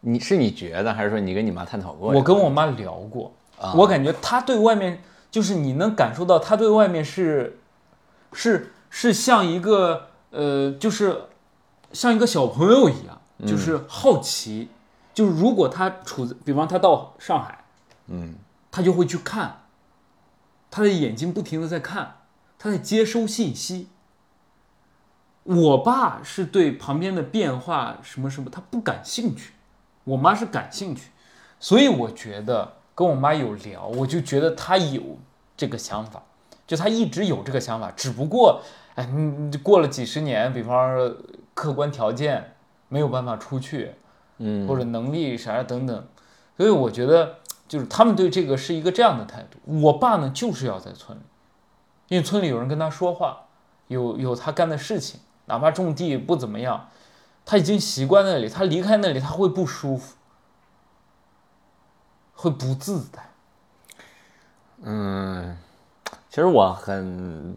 [SPEAKER 2] 你是你觉得还是说你跟你妈探讨过？
[SPEAKER 1] 我跟我妈聊过，
[SPEAKER 2] 啊
[SPEAKER 1] 我感觉她对外面就是你能感受到她对外面是，是是像一个呃，就是像一个小朋友一样，
[SPEAKER 2] 嗯
[SPEAKER 1] 就是好奇，就是如果她处在，比方她到上海，
[SPEAKER 2] 嗯
[SPEAKER 1] 她就会去看，她的眼睛不停的在看，他在接收信息。我爸是对旁边的变化什么什么他不感兴趣，我妈是感兴趣，所以我觉得跟我妈有聊，我就觉得她有这个想法，就她一直有这个想法，只不过哎，嗯过了几十年，比方说客观条件没有办法出去，
[SPEAKER 2] 嗯，
[SPEAKER 1] 或者能力啥等等，所以我觉得就是他们对这个是一个这样的态度。我爸呢就是要在村里，因为村里有人跟他说话，有有他干的事情，哪怕种地不怎么样，他已经习惯那里，他离开那里他会不舒服，会不自在。
[SPEAKER 2] 嗯，其实我很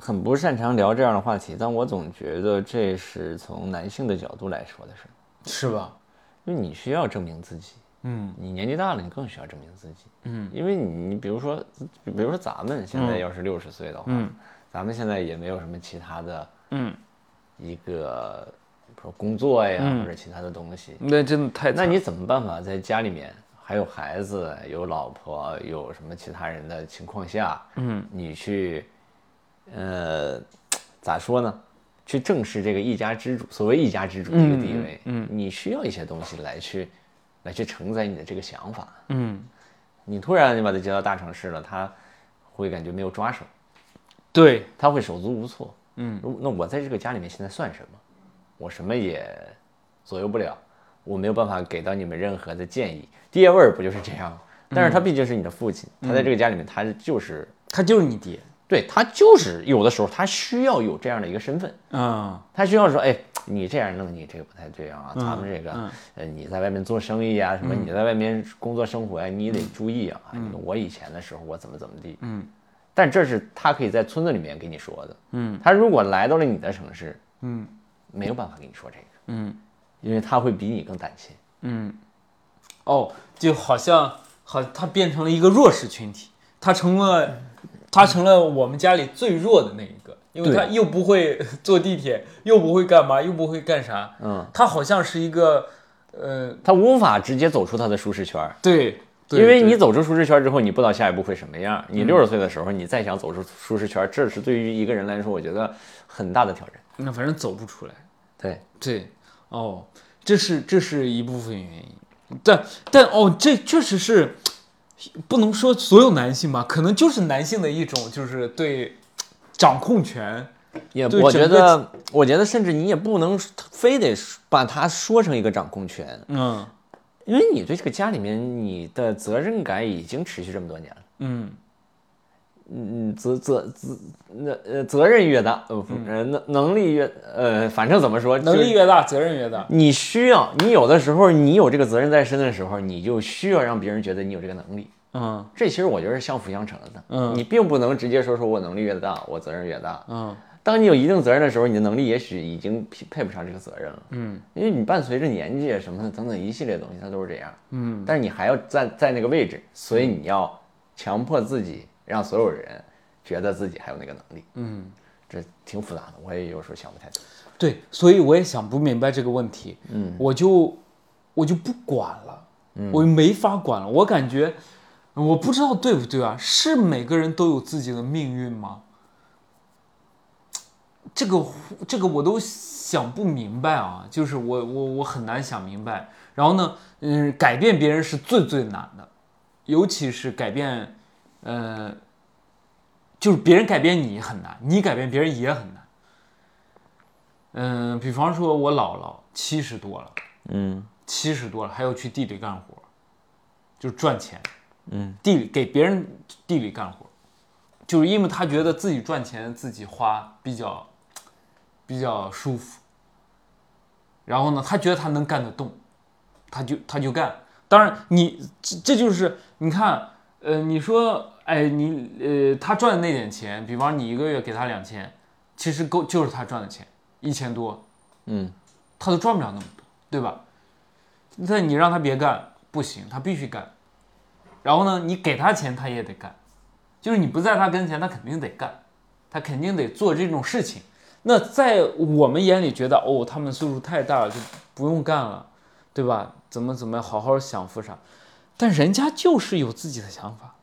[SPEAKER 2] 很不擅长聊这样的话题，但我总觉得这是从男性的角度来说的事儿，
[SPEAKER 1] 是吧？
[SPEAKER 2] 因为你需要证明自己，
[SPEAKER 1] 嗯
[SPEAKER 2] 你年纪大了，你更需要证明自己，
[SPEAKER 1] 嗯，
[SPEAKER 2] 因为你比如说，比如说咱们现在要是六十岁的话，
[SPEAKER 1] 嗯
[SPEAKER 2] 咱们现在也没有什么其他的
[SPEAKER 1] 嗯，
[SPEAKER 2] 一个，比如说工作呀、
[SPEAKER 1] 嗯
[SPEAKER 2] 或者其他的东西，
[SPEAKER 1] 那真的太
[SPEAKER 2] 那你怎么办法在家里面还有孩子、有老婆、有什么其他人的情况下，
[SPEAKER 1] 嗯，
[SPEAKER 2] 你去，呃，咋说呢？去正视这个一家之主，所谓一家之主这个地位，
[SPEAKER 1] 嗯嗯
[SPEAKER 2] 你需要一些东西来去，来去承载你的这个想法。
[SPEAKER 1] 嗯，
[SPEAKER 2] 你突然你把他接到大城市了，他会感觉没有抓手，
[SPEAKER 1] 对，
[SPEAKER 2] 他会手足无措。
[SPEAKER 1] 嗯
[SPEAKER 2] 如，那我在这个家里面现在算什么？我什么也左右不了，我没有办法给到你们任何的建议。爹味儿不就是这样吗？但是他毕竟是你的父亲，他在这个家里面，他就是
[SPEAKER 1] 他就是你爹
[SPEAKER 2] 对他就是有的时候他需要有这样的一个身份，
[SPEAKER 1] 啊，
[SPEAKER 2] 他需要说，哎，你这样弄，你这个不太对
[SPEAKER 1] 嗯
[SPEAKER 2] 啊，咱们这个，呃，你在外面做生意啊，什么你在外面工作生活呀、你得注意啊。你我以前的时候我怎么怎么地，
[SPEAKER 1] 嗯，
[SPEAKER 2] 但这是他可以在村子里面给你说的，
[SPEAKER 1] 嗯，
[SPEAKER 2] 他如果来到了你的城市，
[SPEAKER 1] 嗯
[SPEAKER 2] 没有办法跟你说这个，
[SPEAKER 1] 嗯。
[SPEAKER 2] 因为他会比你更胆怯。
[SPEAKER 1] 嗯，哦，就好像好，他变成了一个弱势群体，他成了
[SPEAKER 2] 嗯
[SPEAKER 1] 他成了我们家里最弱的那一个，因为
[SPEAKER 2] 对
[SPEAKER 1] 他又不会坐地铁，又不会干嘛，又不会干啥，
[SPEAKER 2] 嗯，
[SPEAKER 1] 他好像是一个呃，
[SPEAKER 2] 他无法直接走出他的舒适圈儿，
[SPEAKER 1] 对，对
[SPEAKER 2] 因为
[SPEAKER 1] 对嗯
[SPEAKER 2] 你走出舒适圈之后，你不知道下一步会什么样。你六十岁的时候，你再想走出舒适圈，这是对于一个人来说，我觉得很大的挑战。
[SPEAKER 1] 那反正走不出来，
[SPEAKER 2] 对，
[SPEAKER 1] 对，哦，这是这是一部分原因，但但哦，这确实是不能说所有男性吧，可能就是男性的一种就是对掌控权。
[SPEAKER 2] 也
[SPEAKER 1] 对
[SPEAKER 2] 我
[SPEAKER 1] 整
[SPEAKER 2] 觉
[SPEAKER 1] 个
[SPEAKER 2] 得，我觉得甚至你也不能非得把它说成一个掌控权，
[SPEAKER 1] 嗯，
[SPEAKER 2] 因为你对这个家里面你的责任感已经持续这么多年了。
[SPEAKER 1] 嗯
[SPEAKER 2] 嗯，责责责，那呃，责任越大，呃，不呃能能力越呃，反正怎么说，，
[SPEAKER 1] 嗯能力越大，责任越大。
[SPEAKER 2] 你需要，你有的时候你有这个责任在身的时候，你就需要让别人觉得你有这个能力。
[SPEAKER 1] 嗯
[SPEAKER 2] 这其实我觉得是相辅相成的。
[SPEAKER 1] 嗯
[SPEAKER 2] 你并不能直接说说我能力越大，我责任越大。
[SPEAKER 1] 嗯
[SPEAKER 2] 当你有一定责任的时候，你的能力也许已经匹配不上这个责任了，
[SPEAKER 1] 嗯
[SPEAKER 2] 因为你伴随着年纪啊什么的等等一系列东西，它都是这样。
[SPEAKER 1] 嗯
[SPEAKER 2] 但是你还要在在那个位置，所以你要强迫自己，让所有人觉得自己还有那个能力，
[SPEAKER 1] 嗯，
[SPEAKER 2] 这挺复杂的。我也有时候想不太通。
[SPEAKER 1] 对，所以我也想不明白这个问题。
[SPEAKER 2] 嗯，
[SPEAKER 1] 我就我就不管了，我没法管了。我感觉我不知道对不对啊？是每个人都有自己的命运吗？这个这个我都想不明白啊，就是我我我很难想明白。然后呢，嗯，改变别人是最最难的，尤其是改变，呃，就是别人改变你很难，你改变别人也很难。嗯，比方说我姥姥七十多了，
[SPEAKER 2] 嗯
[SPEAKER 1] 七十多了还要去地里干活，就赚钱，
[SPEAKER 2] 嗯，
[SPEAKER 1] 地里给别人地里干活，就是因为他觉得自己赚钱自己花比较比较舒服，然后呢，他觉得他能干得动，他就他就干。当然你，这这就是你看，呃，你说，哎，你呃，他赚的那点钱，比方你一个月给他两千，其实够就是他赚的钱，一千多，
[SPEAKER 2] 嗯，
[SPEAKER 1] 他都赚不了那么多，对吧？但你让他别干不行，他必须干。然后呢，你给他钱他也得干，就是你不在他跟前，他肯定得干，他肯定得做这种事情。那在我们眼里觉得哦，他们岁数太大了，就不用干了，对吧？怎么怎么好好享福啥？但人家就是有自己的想法。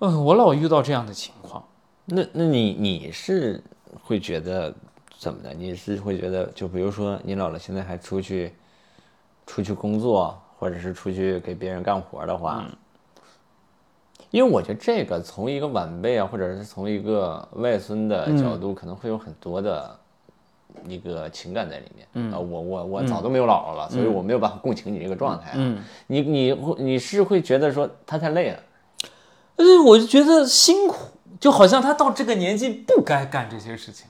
[SPEAKER 1] 嗯，我老遇到这样的情况。
[SPEAKER 2] 那那你你是会觉得怎么的？你是会觉得，就比如说你老了，现在还出去出去工作，或者是出去给别人干活的话，因为我觉得这个从一个晚辈啊，或者是从一个外孙的角度，可能会有很多的一个情感在里面。嗯，我我我早都没有姥姥了，所以我没有办法共情你这个状态、啊。嗯，你你会你是会觉得说他太累了。
[SPEAKER 1] 呃，我就觉得辛苦，就好像他到这个年纪不该干这些事情。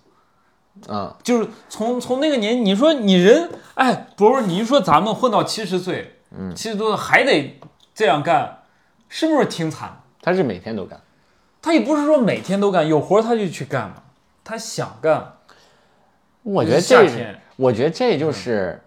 [SPEAKER 2] 嗯，
[SPEAKER 1] 就是从从那个年，你说你人，哎，不是，你一说咱们混到七十岁，嗯，七十多还得这样干，是不是挺惨？
[SPEAKER 2] 他是每天都干。
[SPEAKER 1] 他也不是说每天都干，有活他就去干嘛，他想干。
[SPEAKER 2] 我觉得
[SPEAKER 1] 夏
[SPEAKER 2] 这
[SPEAKER 1] 天，嗯
[SPEAKER 2] 我觉得这就是，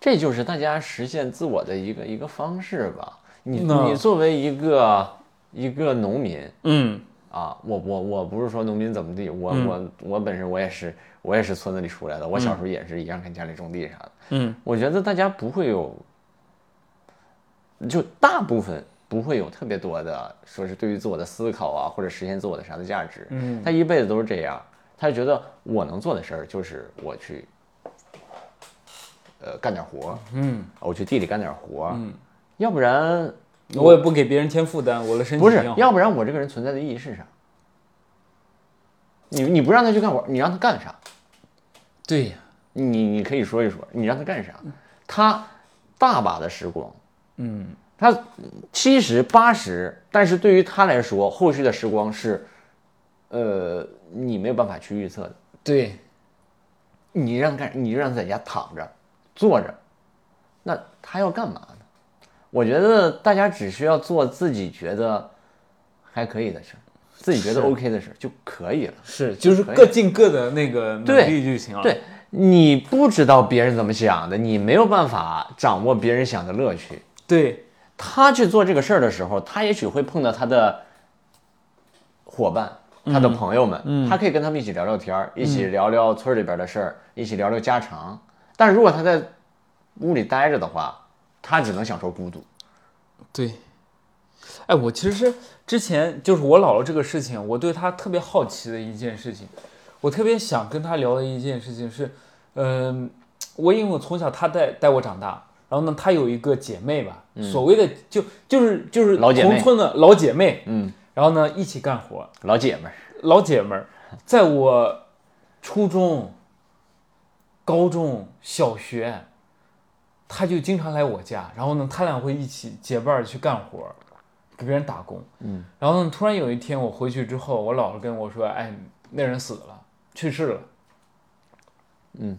[SPEAKER 2] 这就是大家实现自我的一个一个方式吧。你
[SPEAKER 1] 那
[SPEAKER 2] 你作为一个一个农民
[SPEAKER 1] 嗯
[SPEAKER 2] 啊，我我我不是说农民怎么地，我、我我本身我也是我也是村子里出来的，我小时候也是一样跟家里种地啥的。
[SPEAKER 1] 嗯
[SPEAKER 2] 我觉得大家不会有，就大部分不会有特别多的说是对于自我的思考啊，或者实现自我的啥的价值。
[SPEAKER 1] 嗯，
[SPEAKER 2] 他一辈子都是这样，他觉得我能做的事儿就是我去，呃，干点活儿，
[SPEAKER 1] 嗯，
[SPEAKER 2] 我去地里干点活，嗯，要不然
[SPEAKER 1] 我也不给别人添负担，我的身体
[SPEAKER 2] 不是
[SPEAKER 1] 一样，
[SPEAKER 2] 要不然我这个人存在的意义是啥？你你不让他去干活儿，你让他干啥？
[SPEAKER 1] 对呀，
[SPEAKER 2] 你你可以说一说，你让他干啥？他大把的时光，
[SPEAKER 1] 嗯，
[SPEAKER 2] 他七十八十，但是对于他来说，后续的时光是，呃，你没有办法去预测的。
[SPEAKER 1] 对，
[SPEAKER 2] 你让他干，你就让他在家躺着、坐着，那他要干嘛呢？我觉得大家只需要做自己觉得还可以的事儿，自己觉得
[SPEAKER 1] 是
[SPEAKER 2] OK 的事儿就可以了。
[SPEAKER 1] 是就是
[SPEAKER 2] 可以
[SPEAKER 1] 各尽各的那个努
[SPEAKER 2] 对
[SPEAKER 1] 力就行了。
[SPEAKER 2] 对你不知道别人怎么想的，你没有办法掌握别人想的乐趣。
[SPEAKER 1] 对，
[SPEAKER 2] 他去做这个事儿的时候，他也许会碰到他的伙伴、
[SPEAKER 1] 嗯
[SPEAKER 2] 他的朋友们，他可以跟他们一起聊聊天儿，一起聊聊村儿里边的事儿，一起聊聊家常。但如果他在屋里待着的话，他只能享受孤独。
[SPEAKER 1] 对，哎，我其实之前就是我姥姥这个事情，我对她特别好奇的一件事情，我特别想跟她聊的一件事情是，嗯、我因为我从小她带带我长大，然后呢，她有一个姐妹吧，所谓的就就是就是
[SPEAKER 2] 嗯老姐妹
[SPEAKER 1] 同村的老姐妹，
[SPEAKER 2] 嗯，
[SPEAKER 1] 然后呢一起干活，
[SPEAKER 2] 老姐们儿，
[SPEAKER 1] 老姐们儿，在我初中、高中小学，她就经常来我家，然后呢，她俩会一起结伴儿去干活儿，给别人打工。
[SPEAKER 2] 嗯，
[SPEAKER 1] 然后呢，突然有一天我回去之后，我姥姥跟我说：“哎，那人死了，去世了。”
[SPEAKER 2] 嗯，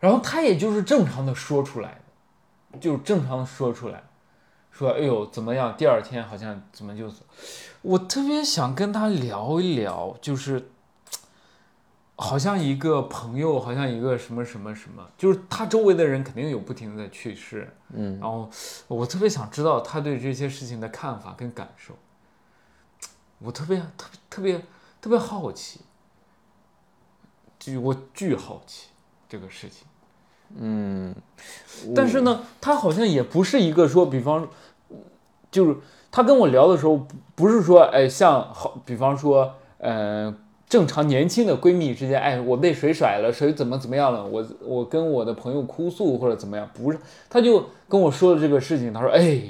[SPEAKER 1] 然后她也就是正常的说出来的，就是正常的说出来，说：“哎呦，怎么样？第二天好像怎么就死我特别想跟他聊一聊，就是好像一个朋友，好像一个什么什么什么，就是他周围的人肯定有不停的去世，
[SPEAKER 2] 嗯，
[SPEAKER 1] 然后我特别想知道他对这些事情的看法跟感受，我特别特别特别特别好奇，就我巨好奇这个事情。
[SPEAKER 2] 嗯，
[SPEAKER 1] 但是呢，他好像也不是一个说，比方，就是他跟我聊的时候，不不是说，哎，像好，比方说，呃，正常年轻的闺蜜之间，哎，我被谁甩了，谁怎么怎么样了，我我跟我的朋友哭诉或者怎么样，不是，他就跟我说了这个事情，他说，哎，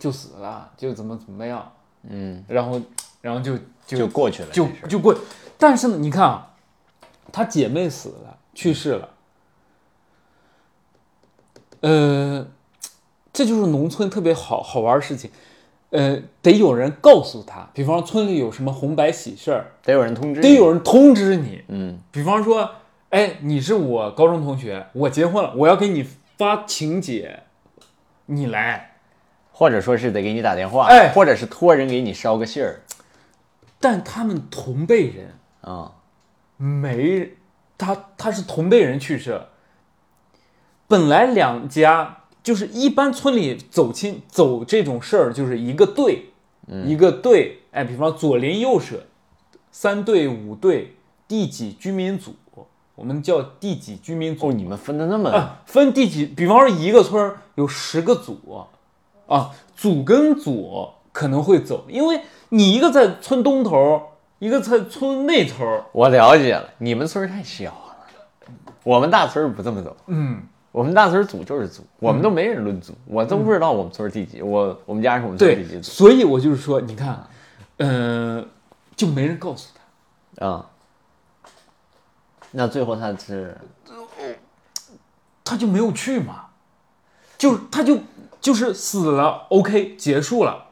[SPEAKER 1] 就死了，就怎么怎么样，
[SPEAKER 2] 嗯，
[SPEAKER 1] 然后，然后就
[SPEAKER 2] 就过去了，
[SPEAKER 1] 就
[SPEAKER 2] 这事儿
[SPEAKER 1] 就过。但是呢，你看啊，她姐妹死了，去世了。呃，这就是农村特别好好玩的事情。呃，得有人告诉她，比方说村里有什么红白喜事儿，
[SPEAKER 2] 得有人通知，
[SPEAKER 1] 得，有人通知你。
[SPEAKER 2] 嗯
[SPEAKER 1] 比方说，哎，你是我高中同学，我结婚了，我要给你发请柬，你来。
[SPEAKER 2] 或者说是得给你打电话，
[SPEAKER 1] 哎
[SPEAKER 2] 或者是托人给你捎个信儿，
[SPEAKER 1] 但他们同辈人嗯
[SPEAKER 2] 啊、
[SPEAKER 1] 没，他他是同辈人去世了。本来两家就是一般村里走亲走这种事儿，就是一个队，
[SPEAKER 2] 嗯
[SPEAKER 1] 一个队，哎，比方左邻右舍，三队五队，地几居民组，我们叫地几居民组。
[SPEAKER 2] 哦，你们分的那么，
[SPEAKER 1] 啊，分第几？比方说一个村儿有十个组，啊，组跟组可能会走，因为你一个在村东头儿，一个在村那头儿，
[SPEAKER 2] 我了解了，你们村儿太小了，我们大村儿不这么走。
[SPEAKER 1] 嗯，
[SPEAKER 2] 我们大村儿组就是组，我们都没人论组，我都不知道我们村儿第几，我我们家是我们村儿
[SPEAKER 1] 对
[SPEAKER 2] 第几，组
[SPEAKER 1] 所以我就是说，你看，啊呃，就没人告诉他。
[SPEAKER 2] 啊、那最后他是
[SPEAKER 1] 他就没有去嘛，就他就就是死了，OK，结束了，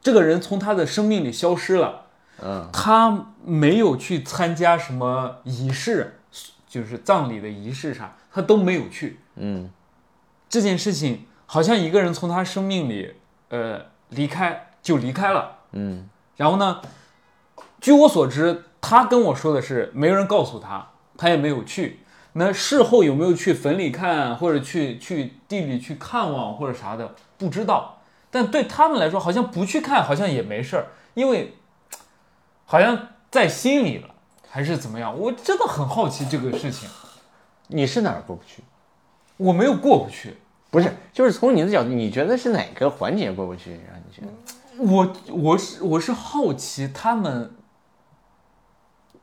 [SPEAKER 1] 这个人从他的生命里消失了，
[SPEAKER 2] 嗯，
[SPEAKER 1] 他没有去参加什么仪式，就是葬礼的仪式啥，他都没有去。
[SPEAKER 2] 嗯
[SPEAKER 1] 这件事情好像一个人从他生命里呃离开就离开了，
[SPEAKER 2] 嗯
[SPEAKER 1] 然后呢，据我所知，他跟我说的是没有人告诉他，他也没有去。那事后有没有去坟里看，或者去去地里去看望或者啥的，不知道。但对他们来说，好像不去看好像也没事儿，因为好像在心里了，还是怎么样？我真的很好奇这个事情，
[SPEAKER 2] 你是哪儿过不去？
[SPEAKER 1] 我没有过不去。
[SPEAKER 2] 不是，就是从你的角度，你觉得是哪个环节过不去，让你觉得？
[SPEAKER 1] 嗯我我是我是好奇他们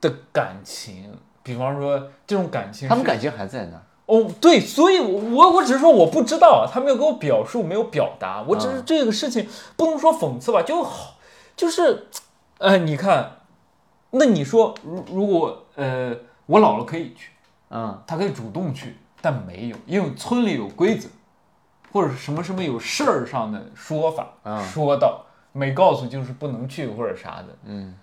[SPEAKER 1] 的感情，比方说这种感情是，
[SPEAKER 2] 他们感情还在那儿。
[SPEAKER 1] 哦，对，所以我，我我只是说我不知道，啊他没有给我表述，没有表达，我只是
[SPEAKER 2] 嗯
[SPEAKER 1] 这个事情不能说讽刺吧，就好，就是，呃，你看，那你说，如如果呃我老了可以去，
[SPEAKER 2] 嗯
[SPEAKER 1] 他可以主动去，但没有，因为村里有规则，或者什么什么有事儿上的说法，
[SPEAKER 2] 嗯
[SPEAKER 1] 说到没告诉就是不能去或者啥的，
[SPEAKER 2] 嗯，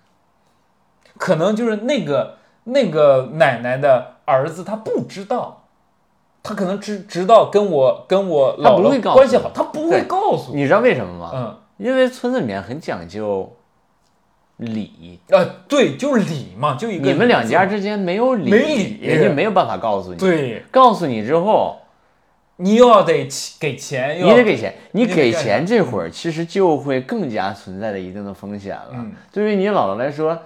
[SPEAKER 1] 可能就是那个那个奶奶的儿子，他不知道，他可能直直到跟我跟我
[SPEAKER 2] 他
[SPEAKER 1] 姥
[SPEAKER 2] 不会
[SPEAKER 1] 姥
[SPEAKER 2] 告诉
[SPEAKER 1] 关系
[SPEAKER 2] 你
[SPEAKER 1] 好，他不会
[SPEAKER 2] 对
[SPEAKER 1] 告诉我。
[SPEAKER 2] 你知道为什么吗？
[SPEAKER 1] 嗯，
[SPEAKER 2] 因为村子里面很讲究礼，
[SPEAKER 1] 呃，对，就是礼嘛，就一个
[SPEAKER 2] 你们
[SPEAKER 1] 礼
[SPEAKER 2] 两
[SPEAKER 1] 字
[SPEAKER 2] 家
[SPEAKER 1] 嘛
[SPEAKER 2] 之间没有礼，
[SPEAKER 1] 没礼
[SPEAKER 2] 人家没有办法告诉你。，
[SPEAKER 1] 对，
[SPEAKER 2] 告诉你之后，
[SPEAKER 1] 你又要得起给钱，
[SPEAKER 2] 你
[SPEAKER 1] 又要
[SPEAKER 2] 得给钱，你
[SPEAKER 1] 得
[SPEAKER 2] 给
[SPEAKER 1] 干
[SPEAKER 2] 钱这会儿其实就会更加存在着一定的风险了。
[SPEAKER 1] 嗯
[SPEAKER 2] 对于你姥姥来说，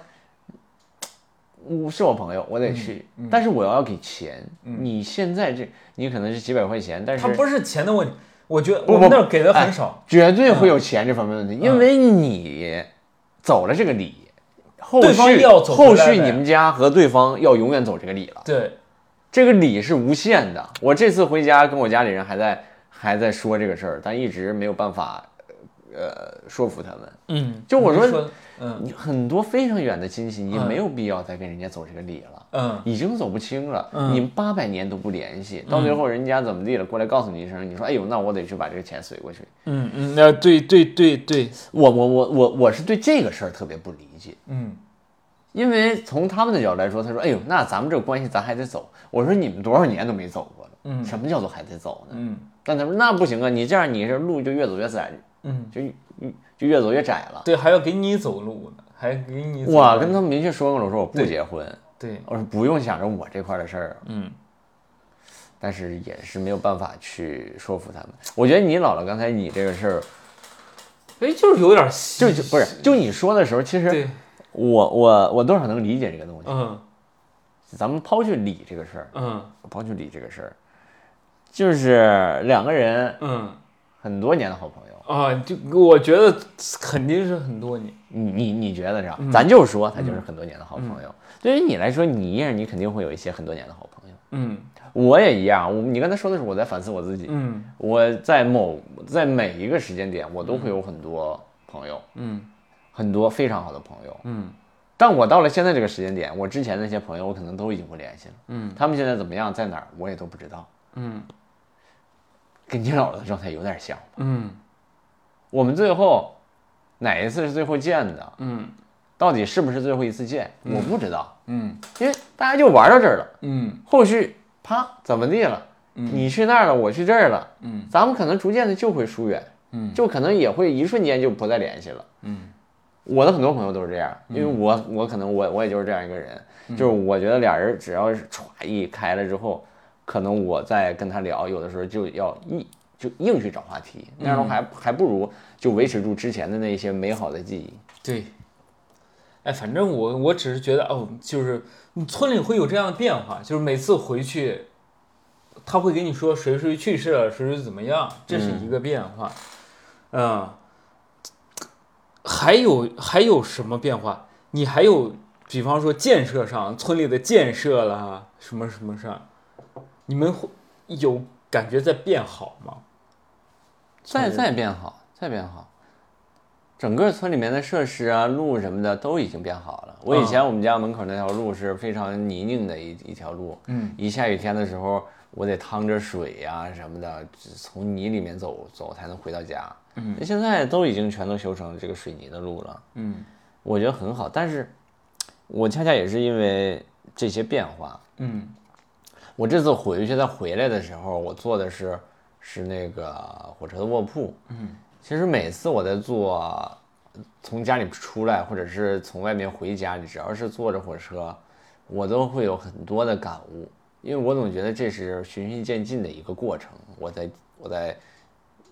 [SPEAKER 2] 我是我朋友，我得去，
[SPEAKER 1] 嗯嗯嗯
[SPEAKER 2] 但是我要给钱。你现在这，你可能是几百块钱，但是
[SPEAKER 1] 他不是钱的问题，我觉得
[SPEAKER 2] 不
[SPEAKER 1] 我们
[SPEAKER 2] 不
[SPEAKER 1] 那儿给的
[SPEAKER 2] 哎
[SPEAKER 1] 很少。
[SPEAKER 2] 绝对会有钱这方面的问
[SPEAKER 1] 嗯
[SPEAKER 2] 题，因为你走了这个礼，后
[SPEAKER 1] 对方
[SPEAKER 2] 续
[SPEAKER 1] 要走
[SPEAKER 2] 后
[SPEAKER 1] 回来
[SPEAKER 2] 续
[SPEAKER 1] 呗
[SPEAKER 2] 你们家和对方要永远走这个礼了，
[SPEAKER 1] 对，
[SPEAKER 2] 这个礼是无限的。我这次回家跟我家里人还在还在说这个事儿，但一直没有办法呃说服他们。
[SPEAKER 1] 嗯，
[SPEAKER 2] 就我
[SPEAKER 1] 你
[SPEAKER 2] 说
[SPEAKER 1] 说的，嗯
[SPEAKER 2] 你很多非常远的亲戚，你
[SPEAKER 1] 嗯
[SPEAKER 2] 没有必要再跟人家走这个礼了。
[SPEAKER 1] 嗯
[SPEAKER 2] 已经走不清了，
[SPEAKER 1] 嗯
[SPEAKER 2] 你们八百年都不联系，到最后人家怎么地了，过来告诉你一声，你说，哎呦，那我得去把这个钱随过去，
[SPEAKER 1] 嗯嗯，呃，对对对对，
[SPEAKER 2] 我我我我我是对这个事儿特别不理解，
[SPEAKER 1] 嗯
[SPEAKER 2] 因为从他们的角度来说，他说：“哎呦，那咱们这个关系咱还得走。”我说：“你们多少年都没走过了，
[SPEAKER 1] 嗯
[SPEAKER 2] 什么叫做还得走呢
[SPEAKER 1] 嗯？”
[SPEAKER 2] 但他说：“那不行啊，你这样你这路就越走越窄，
[SPEAKER 1] 嗯，
[SPEAKER 2] 就就越走越窄了。
[SPEAKER 1] 对，还要给你走路呢，还给”你走
[SPEAKER 2] 我
[SPEAKER 1] 路
[SPEAKER 2] 跟他们明确说过了，我说我不结婚，
[SPEAKER 1] 对，
[SPEAKER 2] 我说不用想着我这块的事儿，
[SPEAKER 1] 嗯
[SPEAKER 2] 但是也是没有办法去说服他们。我觉得你姥姥刚才你这个事儿，
[SPEAKER 1] 哎，就是有点
[SPEAKER 2] 就
[SPEAKER 1] 细
[SPEAKER 2] 就不是就你说的时候，其实
[SPEAKER 1] 对，
[SPEAKER 2] 我我我多少能理解这个东西。
[SPEAKER 1] 嗯
[SPEAKER 2] 咱们抛去理这个事儿，
[SPEAKER 1] 嗯
[SPEAKER 2] 抛去理这个事儿，就是两个人
[SPEAKER 1] 嗯
[SPEAKER 2] 很多年的好朋友。
[SPEAKER 1] 啊，就我觉得肯定是很多年，
[SPEAKER 2] 你你你觉得是吧？
[SPEAKER 1] 嗯
[SPEAKER 2] 咱就说他就是很多年的好朋友。对于你来说，你一样，你肯定会有一些很多年的好朋友。
[SPEAKER 1] 嗯
[SPEAKER 2] 我也一样。我你刚才说的时候，我在反思我自己。
[SPEAKER 1] 嗯
[SPEAKER 2] 我在某在每一个时间点，我都会有很多朋友，
[SPEAKER 1] 嗯
[SPEAKER 2] 很多非常好的朋友。
[SPEAKER 1] 嗯
[SPEAKER 2] 但我到了现在这个时间点，我之前那些朋友，我可能都已经不联系了。
[SPEAKER 1] 嗯
[SPEAKER 2] 他们现在怎么样，在哪儿，我也都不知道。
[SPEAKER 1] 嗯
[SPEAKER 2] 跟你姥姥的状态有点像。
[SPEAKER 1] 嗯
[SPEAKER 2] 我们最后哪一次是最后见的？
[SPEAKER 1] 嗯
[SPEAKER 2] 到底是不是最后一次见？我不知道，
[SPEAKER 1] 嗯
[SPEAKER 2] 因为大家就玩到这儿了。
[SPEAKER 1] 嗯
[SPEAKER 2] 后续啪怎么地了？你去那儿了，我去这儿了，
[SPEAKER 1] 嗯
[SPEAKER 2] 咱们可能逐渐的就会疏远，
[SPEAKER 1] 嗯
[SPEAKER 2] 就可能也会一瞬间就不再联系了。
[SPEAKER 1] 嗯
[SPEAKER 2] 我的很多朋友都是这样，因为我我可能我我也就是这样一个人，
[SPEAKER 1] 嗯
[SPEAKER 2] 就是我觉得俩人只要是歘一开了之后，可能我再跟他聊，有的时候就要硬就硬去找话题，那样的话还还不如就维持住之前的那些美好的记忆。
[SPEAKER 1] 对。哎，反正我我只是觉得哦，就是村里会有这样的变化，就是每次回去，他会给你说谁谁去世了，谁谁怎么样，这是一个变化。嗯，嗯还有还有什么变化？你还有，比方说建设上，村里的建设啦，什么什么上，你们会有感觉在变好吗？
[SPEAKER 2] 再再变好，再变好，整个村里面的设施啊、路什么的都已经变好了。
[SPEAKER 1] 嗯
[SPEAKER 2] 我以前我们家门口那条路是非常泥泞的一一条路，
[SPEAKER 1] 嗯，
[SPEAKER 2] 一下雨天的时候，我得趟着水呀、什么的，从泥里面走走才能回到家。
[SPEAKER 1] 嗯，
[SPEAKER 2] 现在都已经全都修成这个水泥的路了，
[SPEAKER 1] 嗯
[SPEAKER 2] 我觉得很好。但是，我恰恰也是因为这些变化，
[SPEAKER 1] 嗯
[SPEAKER 2] 我这次回去再回来的时候，我坐的是是那个火车的卧铺。
[SPEAKER 1] 嗯，
[SPEAKER 2] 其实每次我在坐从家里出来，或者是从外面回家里，只要是坐着火车，我都会有很多的感悟，因为我总觉得这是循序渐进的一个过程。我在我在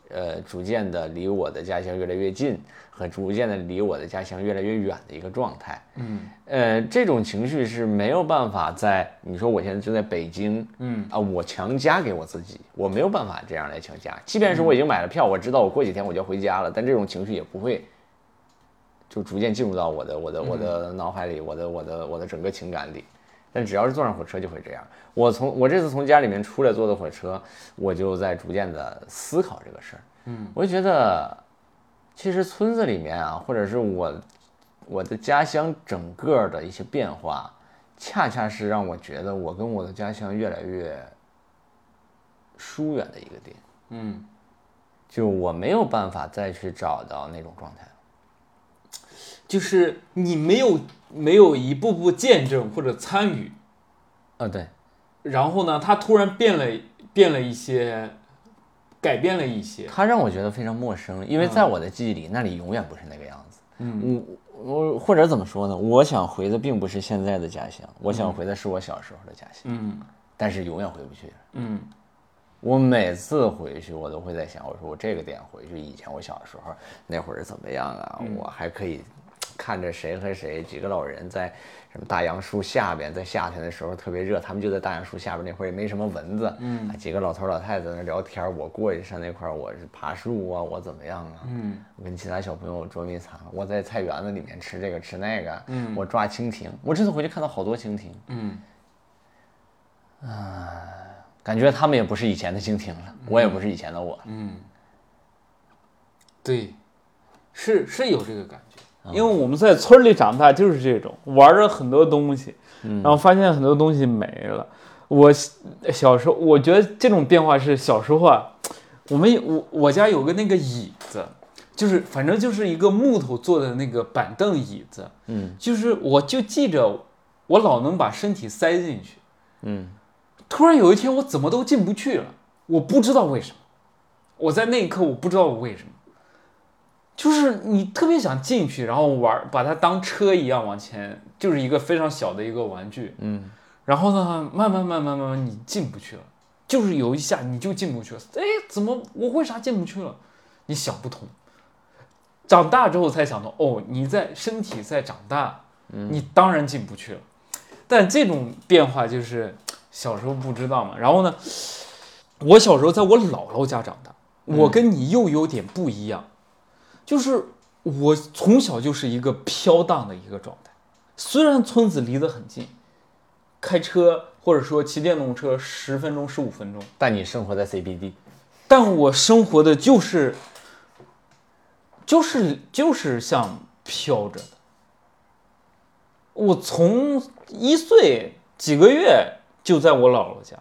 [SPEAKER 2] 呃逐渐的离我的家乡越来越近，和逐渐的离我的家乡越来越远的一个状态。
[SPEAKER 1] 嗯
[SPEAKER 2] 呃，这种情绪是没有办法在你说我现在就在北京，
[SPEAKER 1] 嗯
[SPEAKER 2] 啊，我强加给我自己，我没有办法这样来强加。即便是我已经买了票，我知道我过几天我就要回家了，但这种情绪也不会就逐渐进入到我的我的我
[SPEAKER 1] 嗯
[SPEAKER 2] 的脑海里，我的我的我的整个情感里。但只要是坐上火车就会这样。我从我这次从家里面出来坐的火车，我就在逐渐的思考这个事儿。
[SPEAKER 1] 嗯，
[SPEAKER 2] 我就觉得其实村子里面啊，或者是我我的家乡整个的一些变化，恰恰是让我觉得我跟我的家乡越来越疏远的一个点。
[SPEAKER 1] 嗯，
[SPEAKER 2] 就我没有办法再去找到那种状态了。
[SPEAKER 1] 就是你没有没有一步步见证或者参与，
[SPEAKER 2] 啊，对，
[SPEAKER 1] 然后呢，它突然变了变了一些，改变了一些。
[SPEAKER 2] 它让我觉得非常陌生，因为在我的记忆里，那里永远不是那个样子。嗯，我或者怎么说呢？我想回的并不是现在的家乡，我想回的是我小时候的家乡，
[SPEAKER 1] 嗯
[SPEAKER 2] 但是永远回不去。
[SPEAKER 1] 嗯
[SPEAKER 2] 我每次回去，我都会在想，我说我这个点回去，以前我小时候那会儿怎么样啊？我还可以看着谁和谁几个老人在什么大杨树下边，在夏天的时候特别热，他们就在大杨树下边，那会儿也没什么蚊子，嗯，几个老头老太太在那聊天儿，我过去上那块儿，我是爬树啊，我怎么样啊？
[SPEAKER 1] 嗯
[SPEAKER 2] 我跟其他小朋友捉迷藏，我在菜园子里面吃这个吃那个，嗯，我抓蜻蜓，我这次回去看到好多蜻蜓，
[SPEAKER 1] 嗯
[SPEAKER 2] 感觉他们也不是以前的蜻蜓了，我也不是以前的我了。
[SPEAKER 1] 嗯，对，是是有这个感觉。因为我们在村里长大就是这种，玩着很多东西，然后发现很多东西没了。我小时候，我觉得这种变化是小时候啊，我们我我家有个那个椅子，就是反正就是一个木头做的那个板凳椅子，
[SPEAKER 2] 嗯，
[SPEAKER 1] 就是我就记着，我老能把身体塞进去，
[SPEAKER 2] 嗯，
[SPEAKER 1] 突然有一天我怎么都进不去了，我不知道为什么，我在那一刻我不知道我为什么，就是你特别想进去，然后玩，把它当车一样往前，就是一个非常小的一个玩具，
[SPEAKER 2] 嗯，
[SPEAKER 1] 然后呢，慢慢慢慢慢慢你进不去了，就是有一下你就进不去了，哎，怎么我为啥进不去了？你想不通。长大之后才想到，哦，你在身体在长大，你当然进不去了。但这种变化就是小时候不知道嘛。然后呢，我小时候在我姥姥家长大，我跟你又有点不一样，就是我从小就是一个飘荡的一个状态。虽然村子离得很近，开车或者说骑电动车十分钟、十五分钟，
[SPEAKER 2] 但你生活在 CBD，
[SPEAKER 1] 但我生活的就是，就是就是像飘着的。我从一岁几个月就在我姥姥家，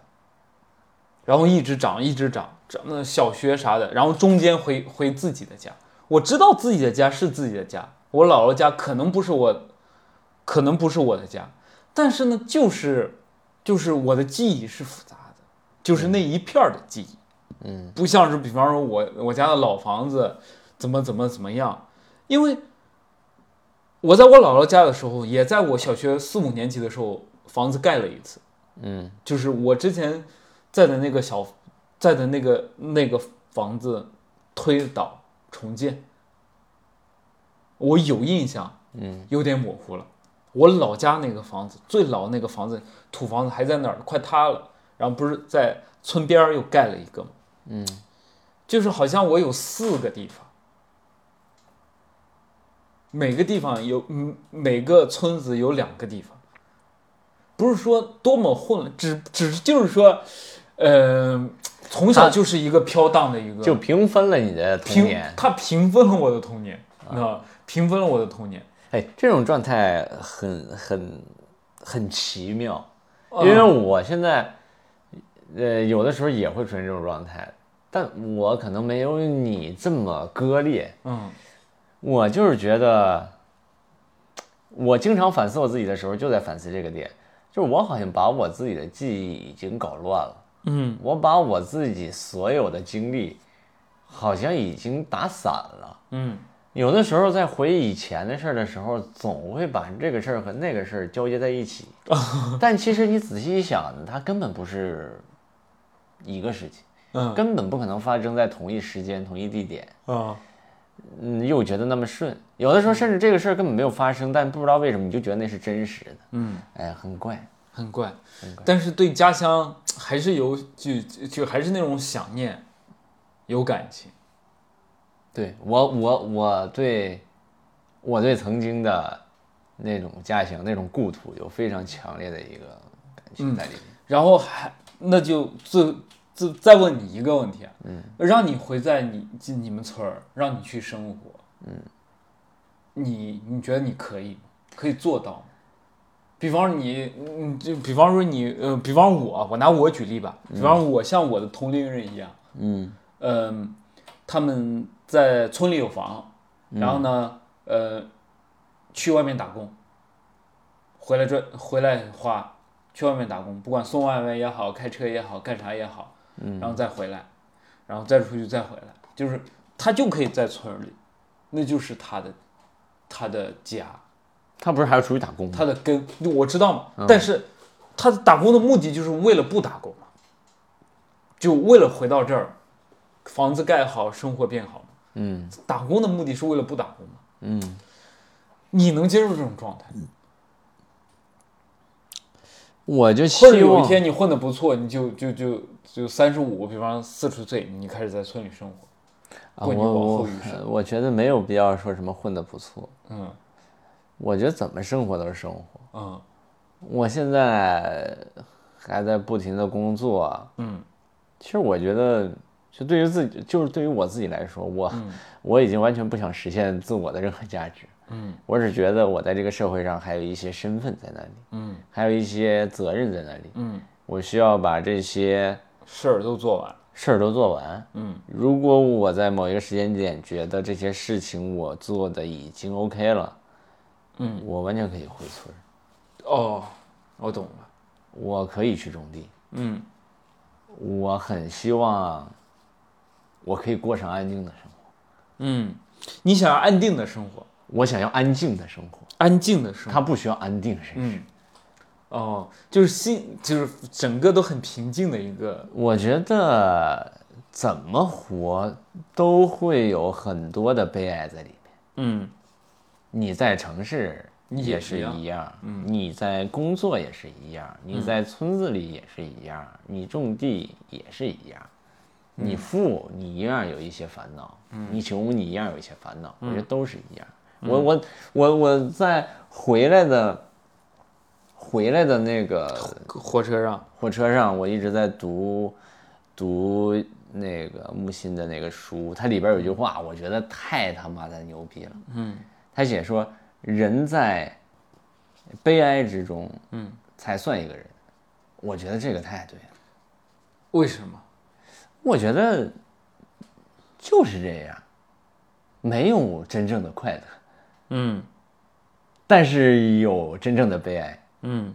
[SPEAKER 1] 然后一直长一直长，长那小学啥的，然后中间回回自己的家。我知道自己的家是自己的家，我姥姥家可能不是我，可能不是我的家，但是呢，就是就是我的记忆是复杂的，就是那一片儿的记忆。不像是比方说我我家的老房子怎么怎么怎么样，因为我在我姥姥家的时候，也在我小学四五年级的时候，房子盖了一次，
[SPEAKER 2] 嗯，
[SPEAKER 1] 就是我之前在的那个小在的那个那个房子推倒重建，我有印象，
[SPEAKER 2] 嗯，
[SPEAKER 1] 有点模糊了。我老家那个房子，最老那个房子，土房子还在那儿，快塌了。然后不是在村边儿又盖了一个吗？就是好像我有四个地方，每个地方有，嗯，每个村子有两个地方，不是说多么混乱，只只就是说，呃，从小就是一个飘荡的一个，
[SPEAKER 2] 就平分了你的童
[SPEAKER 1] 平
[SPEAKER 2] 年。
[SPEAKER 1] 它平分了我的童年，啊，平分了我的童年，
[SPEAKER 2] 哎，这种状态很很很奇妙，因为我现在，呃，有的时候也会出现这种状态，但我可能没有你这么割裂。
[SPEAKER 1] 嗯
[SPEAKER 2] 我就是觉得，我经常反思我自己的时候，就在反思这个点，就是我好像把我自己的记忆已经搞乱了。
[SPEAKER 1] 嗯
[SPEAKER 2] 我把我自己所有的经历，好像已经打散了。
[SPEAKER 1] 嗯
[SPEAKER 2] 有的时候在回忆以前的事儿的时候，总会把这个事儿和那个事儿交接在一起。但其实你仔细一想，它根本不是一个事情，
[SPEAKER 1] 嗯
[SPEAKER 2] 根本不可能发生在同一时间、同一地点。
[SPEAKER 1] 啊，
[SPEAKER 2] 嗯，又觉得那么顺。有的时候甚至这个事儿根本没有发生，但不知道为什么你就觉得那是真实的。
[SPEAKER 1] 嗯。
[SPEAKER 2] 哎，很怪。
[SPEAKER 1] 很怪，但是对家乡还是有就就就还是那种想念，有感情。
[SPEAKER 2] 对我，我我对我对曾经的那种家乡、那种故土有非常强烈的一个感情在里面。
[SPEAKER 1] 然后还那就最最再问你一个问题啊，嗯，让你回在你就你们村儿，让你去生活，嗯，你你觉得你可以吗？可以做到吗？比方你，嗯，就比方说你，呃，比方我，我拿我举例吧，比方我像我的同龄人一样，
[SPEAKER 2] 嗯
[SPEAKER 1] 嗯，他们在村里有房，然后呢，呃，去外面打工，回来赚回来花，去外面打工，不管送外卖也好，开车也好，干啥也好，然后再回来，然后再出去再回来，就是他就可以在村儿里，那就是他的他的家，
[SPEAKER 2] 他不是还要出去打工吗？
[SPEAKER 1] 他的根，我知道嘛，但是他打工的目的就是为了不打工嘛，就为了回到这儿，房子盖好，生活变好嘛。
[SPEAKER 2] 嗯
[SPEAKER 1] 打工的目的是为了不打工嘛？
[SPEAKER 2] 嗯，
[SPEAKER 1] 你能接受这种状态？
[SPEAKER 2] 我就
[SPEAKER 1] 或者
[SPEAKER 2] 希
[SPEAKER 1] 有一
[SPEAKER 2] 望
[SPEAKER 1] 天你混得不错，你就就就就三十五，比方四十岁，你开始在村里生活，
[SPEAKER 2] 啊，
[SPEAKER 1] 过
[SPEAKER 2] 我
[SPEAKER 1] 你往后
[SPEAKER 2] 我
[SPEAKER 1] 余生
[SPEAKER 2] 呃我觉得没有必要说什么混得不错，
[SPEAKER 1] 嗯
[SPEAKER 2] 我觉得怎么生活都是生活。
[SPEAKER 1] 嗯
[SPEAKER 2] 我现在还在不停的工作，
[SPEAKER 1] 嗯
[SPEAKER 2] 其实我觉得，就对于自己，就是对于我自己来说，我、我已经完全不想实现自我的任何价值。
[SPEAKER 1] 嗯，
[SPEAKER 2] 我只觉得我在这个社会上还有一些身份在那里，
[SPEAKER 1] 嗯
[SPEAKER 2] 还有一些责任在那里。
[SPEAKER 1] 嗯，
[SPEAKER 2] 我需要把这些
[SPEAKER 1] 事儿都做完了，
[SPEAKER 2] 事儿都做完。
[SPEAKER 1] 嗯
[SPEAKER 2] 如果我在某一个时间点觉得这些事情我做的已经 OK 了，
[SPEAKER 1] 嗯，
[SPEAKER 2] 我完全可以回村儿，
[SPEAKER 1] 哦，我懂了，
[SPEAKER 2] 我可以去种地，
[SPEAKER 1] 嗯
[SPEAKER 2] 我很希望我可以过上安静的生活，
[SPEAKER 1] 嗯，你想要安定的生活，
[SPEAKER 2] 我想要安静的生活。
[SPEAKER 1] 安静的生活。
[SPEAKER 2] 他不需要安定是吧
[SPEAKER 1] 嗯，哦，就是心，就是整个都很平静的一个，
[SPEAKER 2] 我觉得怎么活都会有很多的悲哀在里面。
[SPEAKER 1] 嗯
[SPEAKER 2] 你在城市
[SPEAKER 1] 也
[SPEAKER 2] 也
[SPEAKER 1] 一
[SPEAKER 2] 是
[SPEAKER 1] 样嗯
[SPEAKER 2] 一样，你在工作也是一样，你在村子里也是一样，你种地也是一样。
[SPEAKER 1] 嗯
[SPEAKER 2] 你富，你一样有一些烦恼；你穷，你一样有一些烦恼。
[SPEAKER 1] 嗯
[SPEAKER 2] 我觉得都是一样。我我我我在回来的回来的那个
[SPEAKER 1] 火车上，
[SPEAKER 2] 火车上，我一直在读读那个木心的那个书，它里边有一句话，我觉得太他妈的牛逼了。
[SPEAKER 1] 嗯，
[SPEAKER 2] 他写说，人在悲哀之中，
[SPEAKER 1] 嗯，
[SPEAKER 2] 才算一个人。我觉得这个太对了。
[SPEAKER 1] 为什么？
[SPEAKER 2] 我觉得就是这样，没有真正的快乐，
[SPEAKER 1] 嗯
[SPEAKER 2] 但是有真正的悲哀。
[SPEAKER 1] 嗯，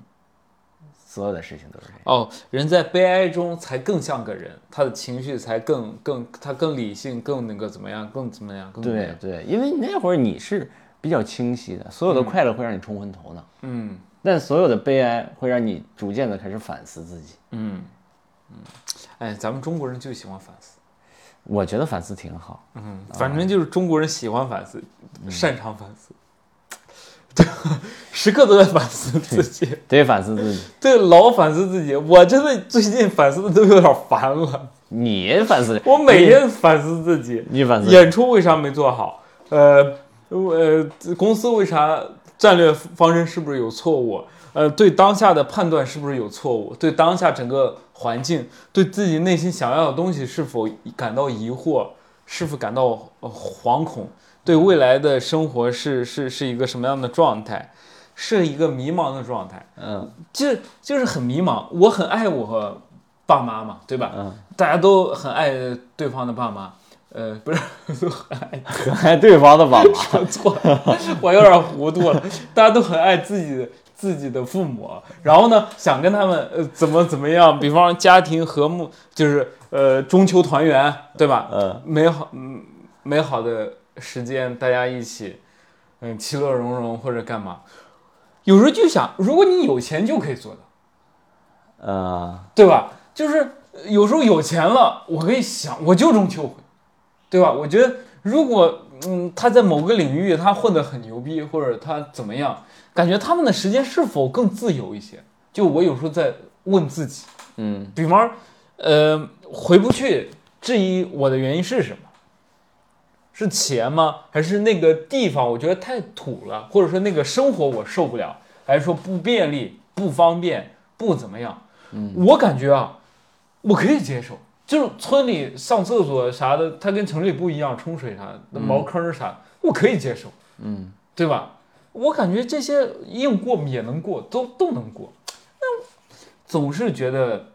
[SPEAKER 2] 所有的事情都是这样。
[SPEAKER 1] 哦，人在悲哀中才更像个人，他的情绪才更更，他更理性，更那个怎么样，更怎么样，更怎么
[SPEAKER 2] 对
[SPEAKER 1] 样？
[SPEAKER 2] 对，因为那会儿你是比较清晰的，所有的快乐会让你冲昏头脑。
[SPEAKER 1] 嗯
[SPEAKER 2] 但所有的悲哀会让你逐渐的开始反思自己。
[SPEAKER 1] 嗯嗯，哎，咱们中国人就喜欢反思，
[SPEAKER 2] 我觉得反思挺好，
[SPEAKER 1] 嗯，反正就是中国人喜欢反思，擅长反思。时刻都在反思自己，
[SPEAKER 2] 得反思自己。
[SPEAKER 1] 对，老反思自己，我真的最近反思的都有点烦了。
[SPEAKER 2] 你反思，
[SPEAKER 1] 我每天反思自己，
[SPEAKER 2] 你反思，
[SPEAKER 1] 演出为啥没做好？呃，呃，公司为啥战略方针是不是有错误？呃，对当下的判断是不是有错误？对当下整个环境，对自己内心想要的东西是否感到疑惑？是否感到呃惶恐？对未来的生活是是是一个什么样的状态？是一个迷茫的状态，
[SPEAKER 2] 嗯
[SPEAKER 1] 就就是很迷茫。我很爱我爸妈嘛，对吧？
[SPEAKER 2] 嗯，
[SPEAKER 1] 大家都很爱对方的爸妈，呃，不是 都很爱
[SPEAKER 2] 可爱对方的爸 妈，
[SPEAKER 1] 我错了，我有点糊涂了。大家都很爱自己的自己的父母，然后呢，想跟他们呃怎么怎么样，比方家庭和睦，就是呃中秋团圆，对吧？
[SPEAKER 2] 嗯，
[SPEAKER 1] 美好嗯美好的时间，大家一起嗯其乐融融或者干嘛。有时候就想，如果你有钱就可以做到，
[SPEAKER 2] 呃，
[SPEAKER 1] 对吧？就是呃有时候有钱了，我可以想，我就中秋回，对吧？我觉得如果嗯他在某个领域他混得很牛逼，或者他怎么样，感觉他们的时间是否更自由一些？就我有时候在问自己，
[SPEAKER 2] 嗯
[SPEAKER 1] 比方呃回不去，质疑我的原因是什么？是钱吗？还是那个地方我觉得太土了，或者说那个生活我受不了，还是说不便利、不方便、不怎么样？
[SPEAKER 2] 嗯，
[SPEAKER 1] 我感觉啊，我可以接受。就是村里上厕所啥的，它跟城里不一样，冲水啥的、茅坑啥的，我可以接受，
[SPEAKER 2] 嗯，
[SPEAKER 1] 对吧？我感觉这些硬过也能过，都都能过。那总是觉得，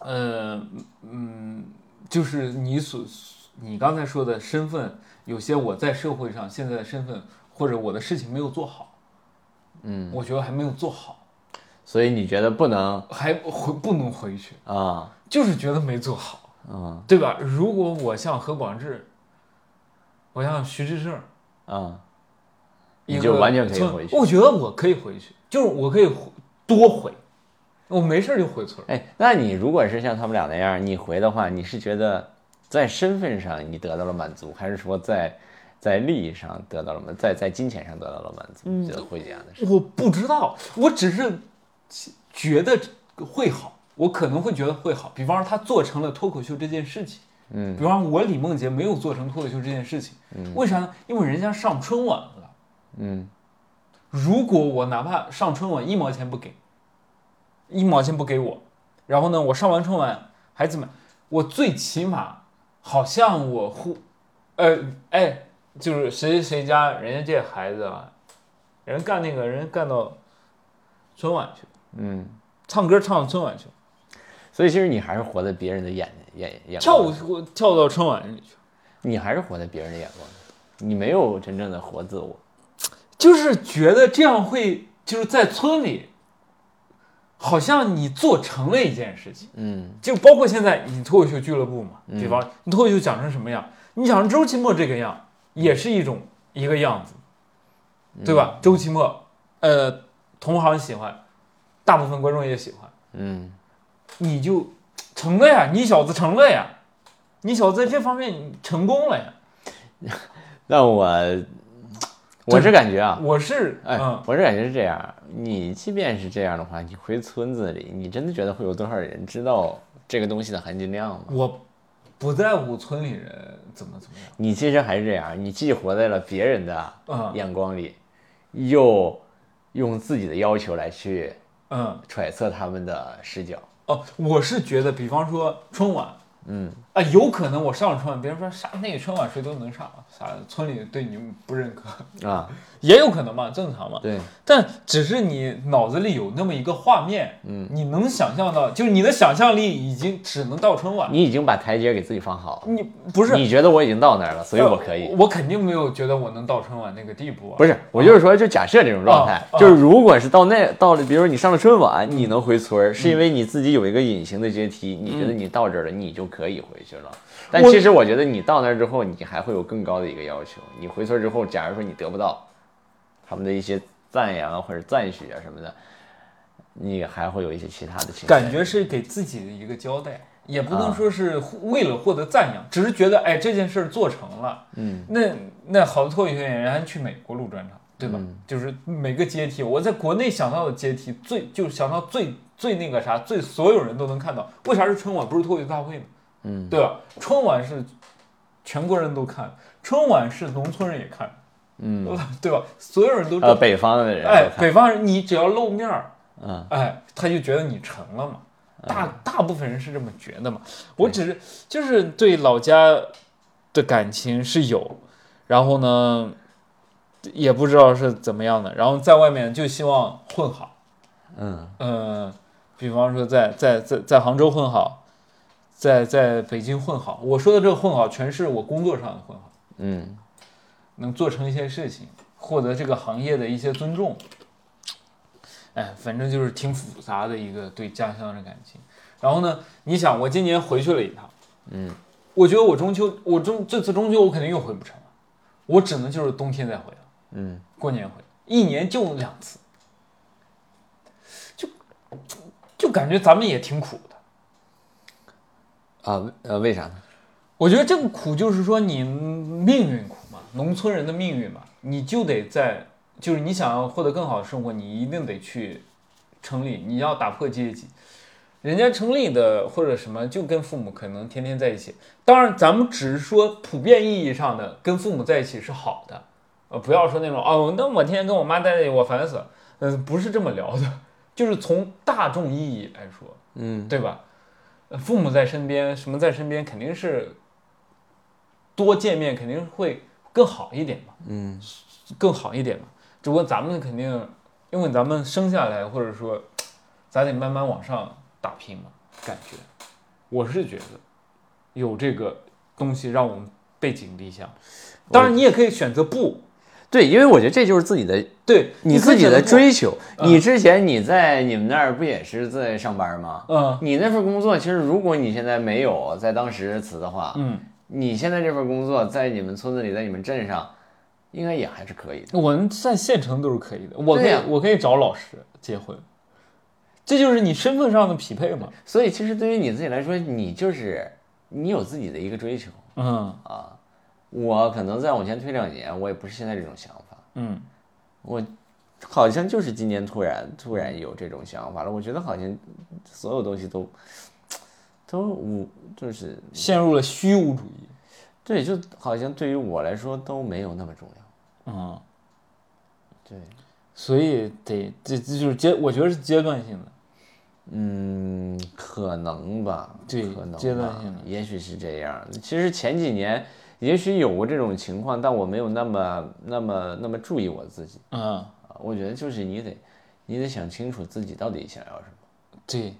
[SPEAKER 1] 呃，嗯，就是你所你刚才说的身份，有些我在社会上现在的身份，或者我的事情没有做好，
[SPEAKER 2] 嗯，
[SPEAKER 1] 我觉得还没有做好，
[SPEAKER 2] 所以你觉得不能
[SPEAKER 1] 还回不能回去，
[SPEAKER 2] 啊
[SPEAKER 1] 就是觉得没做好，
[SPEAKER 2] 啊
[SPEAKER 1] 对吧？如果我像何广智，我像徐志胜，
[SPEAKER 2] 啊，
[SPEAKER 1] 一
[SPEAKER 2] 你
[SPEAKER 1] 个
[SPEAKER 2] 就完全可以
[SPEAKER 1] 村
[SPEAKER 2] 回去
[SPEAKER 1] 我觉得我可以回去，就是我可以回多回，我没事儿就回村儿。
[SPEAKER 2] 哎，那你如果是像他们俩那样，你回的话，你是觉得在身份上你得到了满足，还是说在在利益上得到了满，在在金钱上得到了满足？觉得会这样的事？
[SPEAKER 1] 我不知道，我只是觉得会好，我可能会觉得会好。比方说他做成了脱口秀这件事情，
[SPEAKER 2] 嗯，
[SPEAKER 1] 比方说我李梦洁没有做成脱口秀这件事情，为啥呢？因为人家上春晚了。
[SPEAKER 2] 嗯
[SPEAKER 1] 如果我哪怕上春晚一毛钱不给，一毛钱不给我，然后呢，我上完春晚还怎么？我最起码好像我呼，呃，哎，就是谁谁谁家人家这孩子啊，人干那个人干到春晚去，
[SPEAKER 2] 嗯，
[SPEAKER 1] 唱歌唱到春晚去，
[SPEAKER 2] 所以其实你还是活在别人的眼眼眼
[SPEAKER 1] 跳
[SPEAKER 2] 光
[SPEAKER 1] 舞跳到春晚里去，
[SPEAKER 2] 你还是活在别人的眼光里，你没有真正的活自我。
[SPEAKER 1] 就是觉得这样会就是在村里，好像你做成了一件事情。
[SPEAKER 2] 嗯
[SPEAKER 1] 就包括现在你脱口秀俱乐部嘛，比方你脱口秀讲成什么样，你讲成周奇墨这个样，也是一种一个样子，对吧？周奇墨，呃，同行喜欢，大部分观众也喜欢，
[SPEAKER 2] 嗯
[SPEAKER 1] 你就成了呀，你小子成了呀，你小子在这方面你成功了呀。，
[SPEAKER 2] 那我我是感觉啊，
[SPEAKER 1] 我是，
[SPEAKER 2] 哎
[SPEAKER 1] 嗯，，
[SPEAKER 2] 我是感觉是这样。你即便是这样的话，你回村子里，你真的觉得会有多少人知道这个东西的含金量吗？
[SPEAKER 1] 我不在乎村里人怎么怎么样，
[SPEAKER 2] 你其实还是这样，你既活在了别人的
[SPEAKER 1] 嗯
[SPEAKER 2] 眼光里，又用自己的要求来去
[SPEAKER 1] 嗯。
[SPEAKER 2] 揣测他们的视角。
[SPEAKER 1] 哦，我是觉得，比方说春晚，嗯，啊，有可能我上了春晚，别人说啥那个春晚谁都能上，啥村里对你不认可，
[SPEAKER 2] 啊，
[SPEAKER 1] 也有可能嘛，正常嘛。
[SPEAKER 2] 对，
[SPEAKER 1] 但只是你脑子里有那么一个画面，嗯，你能想象到，就是你的想象力已经只能到春晚，
[SPEAKER 2] 你已经把台阶给自己放好了。
[SPEAKER 1] 你不是，
[SPEAKER 2] 你觉得我已经到那儿了，所以我可以
[SPEAKER 1] 呃。我肯定没有觉得我能到春晚那个地步啊，
[SPEAKER 2] 不是，我就是说，就假设这种状态，
[SPEAKER 1] 啊啊
[SPEAKER 2] 就是如果是到那到了，比如你上了春晚，你能回村儿，是
[SPEAKER 1] 嗯
[SPEAKER 2] 因为你自己有一个隐形的阶梯，你觉得你到这儿了，你就可以回去了。但
[SPEAKER 1] 我
[SPEAKER 2] 其实我觉得你到那儿之后，你还会有更高的一个要求。你回村儿之后，假如说你得不到他们的一些赞扬啊或者赞许啊什么的，你还会有一些其他的情
[SPEAKER 1] 感觉是给自己的一个交代，也不能
[SPEAKER 2] 啊
[SPEAKER 1] 说是获为了获得赞扬，只是觉得哎这件事儿做成了。
[SPEAKER 2] 嗯，
[SPEAKER 1] 那那好多脱口秀演员还去美国录专场，对吧？
[SPEAKER 2] 嗯
[SPEAKER 1] 就是每个阶梯，我在国内想到的阶梯最就想到最最那个啥，最所有人都能看到。为啥是春晚不是脱口秀大会呢？
[SPEAKER 2] 嗯，
[SPEAKER 1] 对吧？春晚是全国人都看，春晚是农村人也看，嗯，对吧？所有人都知
[SPEAKER 2] 呃，
[SPEAKER 1] 道，
[SPEAKER 2] 北方的人，
[SPEAKER 1] 哎，北方人你只要露面儿，
[SPEAKER 2] 嗯，
[SPEAKER 1] 哎，他就觉得你成了嘛。大大部分人是这么觉得嘛。我只是就是对老家的感情是有，然后呢，也不知道是怎么样的。然后在外面就希望混好，
[SPEAKER 2] 嗯，
[SPEAKER 1] 嗯，比方说在在在在杭州混好，在在北京混好。我说的这个混好，全是我工作上的混好，
[SPEAKER 2] 嗯，
[SPEAKER 1] 能做成一些事情，获得这个行业的一些尊重。哎，反正就是挺复杂的一个对家乡的感情。然后呢，你想，我今年回去了一趟，嗯，我觉得我中秋，我中这次中秋我肯定又回不成了，我只能就是冬天再回了，
[SPEAKER 2] 嗯，
[SPEAKER 1] 过年回，一年就两次，就就感觉咱们也挺苦的。
[SPEAKER 2] 啊，呃，为啥呢？
[SPEAKER 1] 我觉得这个苦就是说你命运苦嘛，农村人的命运嘛，你就得在，就是你想要获得更好的生活，你一定得去城里，你要打破阶级。人家城里的或者什么，就跟父母可能天天在一起。当然，咱们只是说普遍意义上的跟父母在一起是好的，呃，不要说那种哦，那我天天跟我妈待在一起，我烦死了。嗯、不是这么聊的，就是从大众意义来说，
[SPEAKER 2] 嗯
[SPEAKER 1] 对吧？呃父母在身边，什么在身边，肯定是多见面，肯定会更好一点嘛，
[SPEAKER 2] 嗯
[SPEAKER 1] 更好一点嘛。只不过咱们肯定，因为咱们生下来，或者说，咱得慢慢往上打拼嘛，感觉，我是觉得有这个东西让我们背井离乡。当然，你也可以选择不，
[SPEAKER 2] 对，因为我觉得这就是自己的
[SPEAKER 1] 对
[SPEAKER 2] 你
[SPEAKER 1] 可
[SPEAKER 2] 自
[SPEAKER 1] 以
[SPEAKER 2] 己
[SPEAKER 1] 选择
[SPEAKER 2] 的嗯
[SPEAKER 1] 不，
[SPEAKER 2] 追求。你之前你在你们那儿不也是在上班吗？
[SPEAKER 1] 嗯
[SPEAKER 2] 你那份工作，其实如果你现在没有在当时辞的话，
[SPEAKER 1] 嗯，
[SPEAKER 2] 你现在这份工作在你们村子里，在你们镇上，应该也还是可以的。
[SPEAKER 1] 我们在县城都是可以的，我可以、
[SPEAKER 2] 对呀
[SPEAKER 1] 我可以找老师结婚，这就是你身份上的匹配嘛。
[SPEAKER 2] 所以其实对于你自己来说，你就是你有自己的一个追求
[SPEAKER 1] 嗯
[SPEAKER 2] 啊。我可能再往前推两年，我也不是现在这种想法，
[SPEAKER 1] 嗯
[SPEAKER 2] 我好像就是今年突然突然有这种想法了。我觉得好像所有东西都都我就是，
[SPEAKER 1] 陷入了虚无主义。
[SPEAKER 2] 对，就好像对于我来说都没有那么重要。
[SPEAKER 1] 嗯，
[SPEAKER 2] 对，
[SPEAKER 1] 所以得这这就是阶，我觉得是阶段性的。
[SPEAKER 2] 嗯，可能吧，
[SPEAKER 1] 对
[SPEAKER 2] 可能
[SPEAKER 1] 阶段
[SPEAKER 2] 吧
[SPEAKER 1] 性的
[SPEAKER 2] 也许是这样。其实前几年也许有过这种情况，但我没有那么那么那么注意我自己
[SPEAKER 1] 嗯，
[SPEAKER 2] 啊。我觉得就是你得，你得想清楚自己到底想要什么。
[SPEAKER 1] 对，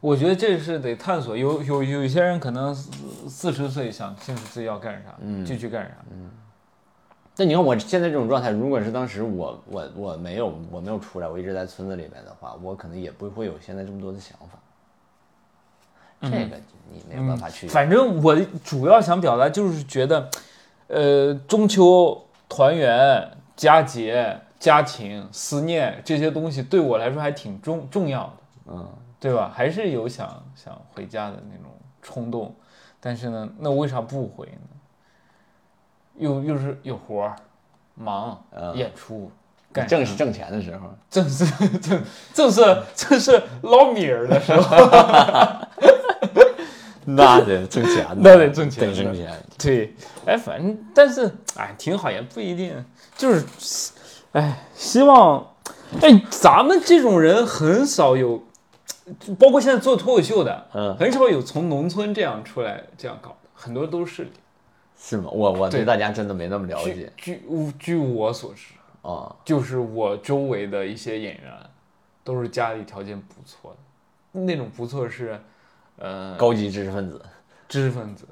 [SPEAKER 1] 我觉得这是得探索。有有有一些人可能四四十岁想清楚自己要干啥，
[SPEAKER 2] 嗯
[SPEAKER 1] 就去干啥。
[SPEAKER 2] 但你看我现在这种状态，如果是当时我我我没有我没有出来，我一直在村子里面的话，我可能也不会有现在这么多的想法。这个你没有办法去，
[SPEAKER 1] 反正我主要想表达就是觉得，呃，中秋团圆、佳节、家庭、思念这些东西对我来说还挺重重要的。
[SPEAKER 2] 嗯，
[SPEAKER 1] 对吧？还是有想想回家的那种冲动，但是呢，那为啥不回呢？又又是有活儿，忙，
[SPEAKER 2] 嗯
[SPEAKER 1] 演出，干
[SPEAKER 2] 正是挣钱的时候。
[SPEAKER 1] 正是 正正是正是捞米儿的时候，
[SPEAKER 2] 那得挣钱的
[SPEAKER 1] 那得挣钱
[SPEAKER 2] 得挣钱。
[SPEAKER 1] 对，哎，反正但是哎，挺好，也不一定，就是，哎，希望，哎，咱们这种人很少有，就包括现在做脱口秀的，
[SPEAKER 2] 嗯
[SPEAKER 1] 很少有从农村这样出来这样搞的，很多都是。
[SPEAKER 2] 是吗？我我对
[SPEAKER 1] 对
[SPEAKER 2] 大家真的没那么了
[SPEAKER 1] 据
[SPEAKER 2] 解
[SPEAKER 1] 据据我所知，
[SPEAKER 2] 啊、
[SPEAKER 1] 就是我周围的一些演员，都是家里条件不错的，那种不错是，呃，
[SPEAKER 2] 高级知识分子。
[SPEAKER 1] 知识分子，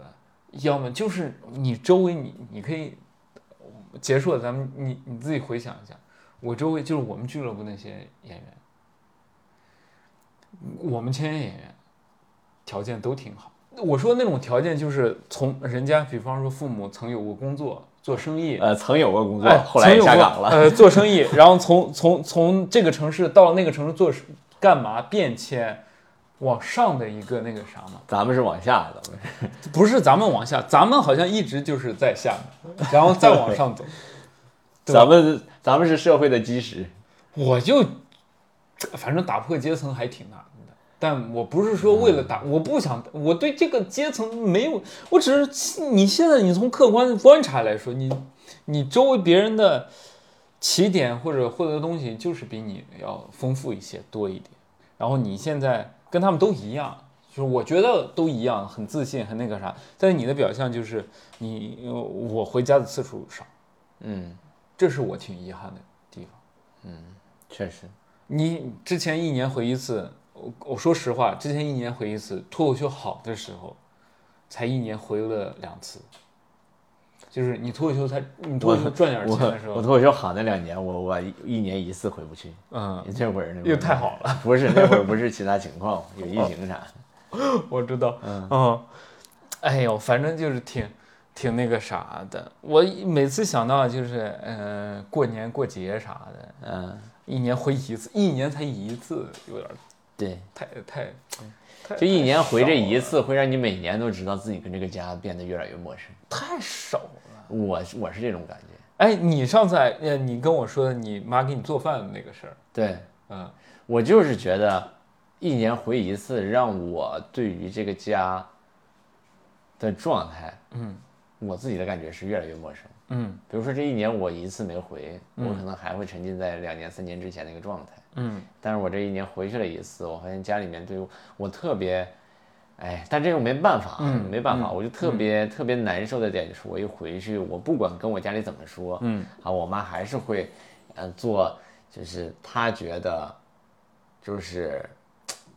[SPEAKER 1] 要么就是你周围你你可以结束了，咱们你你自己回想一下，我周围就是我们俱乐部那些演员，我们签约演员条件都挺好。我说那种条件就是从人家，比方说父母曾有过工作、做生意，
[SPEAKER 2] 呃，曾有过工作，
[SPEAKER 1] 哎，
[SPEAKER 2] 后来
[SPEAKER 1] 曾有
[SPEAKER 2] 下
[SPEAKER 1] 过
[SPEAKER 2] 岗了。
[SPEAKER 1] 呃，做生意，然后从从从这个城市到那个城市做事干嘛变迁，往上的一个那个啥嘛，
[SPEAKER 2] 咱们是往下的，
[SPEAKER 1] 不是咱们往下，咱们好像一直就是在下面，然后再往上走。对吧
[SPEAKER 2] 咱们咱们是社会的基石。
[SPEAKER 1] 我就反正打破阶层还挺难的，但我不是说为了打，我不想，我对这个阶层没有，我只是你现在你从客观观察来说，你你周围别人的起点或者获得的东西就是比你要丰富一些多一点，然后你现在跟他们都一样，就是我觉得都一样，很自信，很那个啥，但是你的表象就是你呃我回家的次数少，
[SPEAKER 2] 嗯，
[SPEAKER 1] 这是我挺遗憾的地方。
[SPEAKER 2] 确实，
[SPEAKER 1] 你之前一年回一次，我我说实话，之前一年回一次，脱口秀好的时候，才一年回了两次，就是你脱口秀才你脱口秀赚点
[SPEAKER 2] 我
[SPEAKER 1] 钱的时
[SPEAKER 2] 我
[SPEAKER 1] 候，
[SPEAKER 2] 脱口秀好那两年，我我一一年一次回不去，
[SPEAKER 1] 嗯，
[SPEAKER 2] 这会儿 那会儿
[SPEAKER 1] 又太好了，
[SPEAKER 2] 不是那会儿不是其他情况，有疫情啥，
[SPEAKER 1] 我知道，嗯，哎呦，反正就是挺挺那个啥的，我每次想到就是嗯、呃过年过节啥的，
[SPEAKER 2] 嗯，
[SPEAKER 1] 一年回一次，一年才一次，有点
[SPEAKER 2] 对，
[SPEAKER 1] 太太太
[SPEAKER 2] 就一年回这
[SPEAKER 1] 太少
[SPEAKER 2] 一
[SPEAKER 1] 了
[SPEAKER 2] 次，会让你每年都知道自己跟这个家变得越来越陌生。
[SPEAKER 1] 太少了。
[SPEAKER 2] 我是我是这种感觉，
[SPEAKER 1] 哎，你上次还呃，你跟我说的你妈给你做饭的那个事儿，
[SPEAKER 2] 对
[SPEAKER 1] 嗯
[SPEAKER 2] 我就是觉得一年回一次，让我对于这个家的状态，
[SPEAKER 1] 嗯，
[SPEAKER 2] 我自己的感觉是越来越陌生。
[SPEAKER 1] 嗯
[SPEAKER 2] 比如说这一年我一次没回，我可能还会沉浸在两年、三年之前那个状态。
[SPEAKER 1] 嗯
[SPEAKER 2] 但是我这一年回去了一次，我发现家里面对我我特别，哎，但这个没办法，
[SPEAKER 1] 嗯
[SPEAKER 2] 没办法，我就特别、特别难受的点就是，我一回去，我不管跟我家里怎么说，
[SPEAKER 1] 嗯，
[SPEAKER 2] 啊，我妈还是会，呃，做就是她觉得，就是，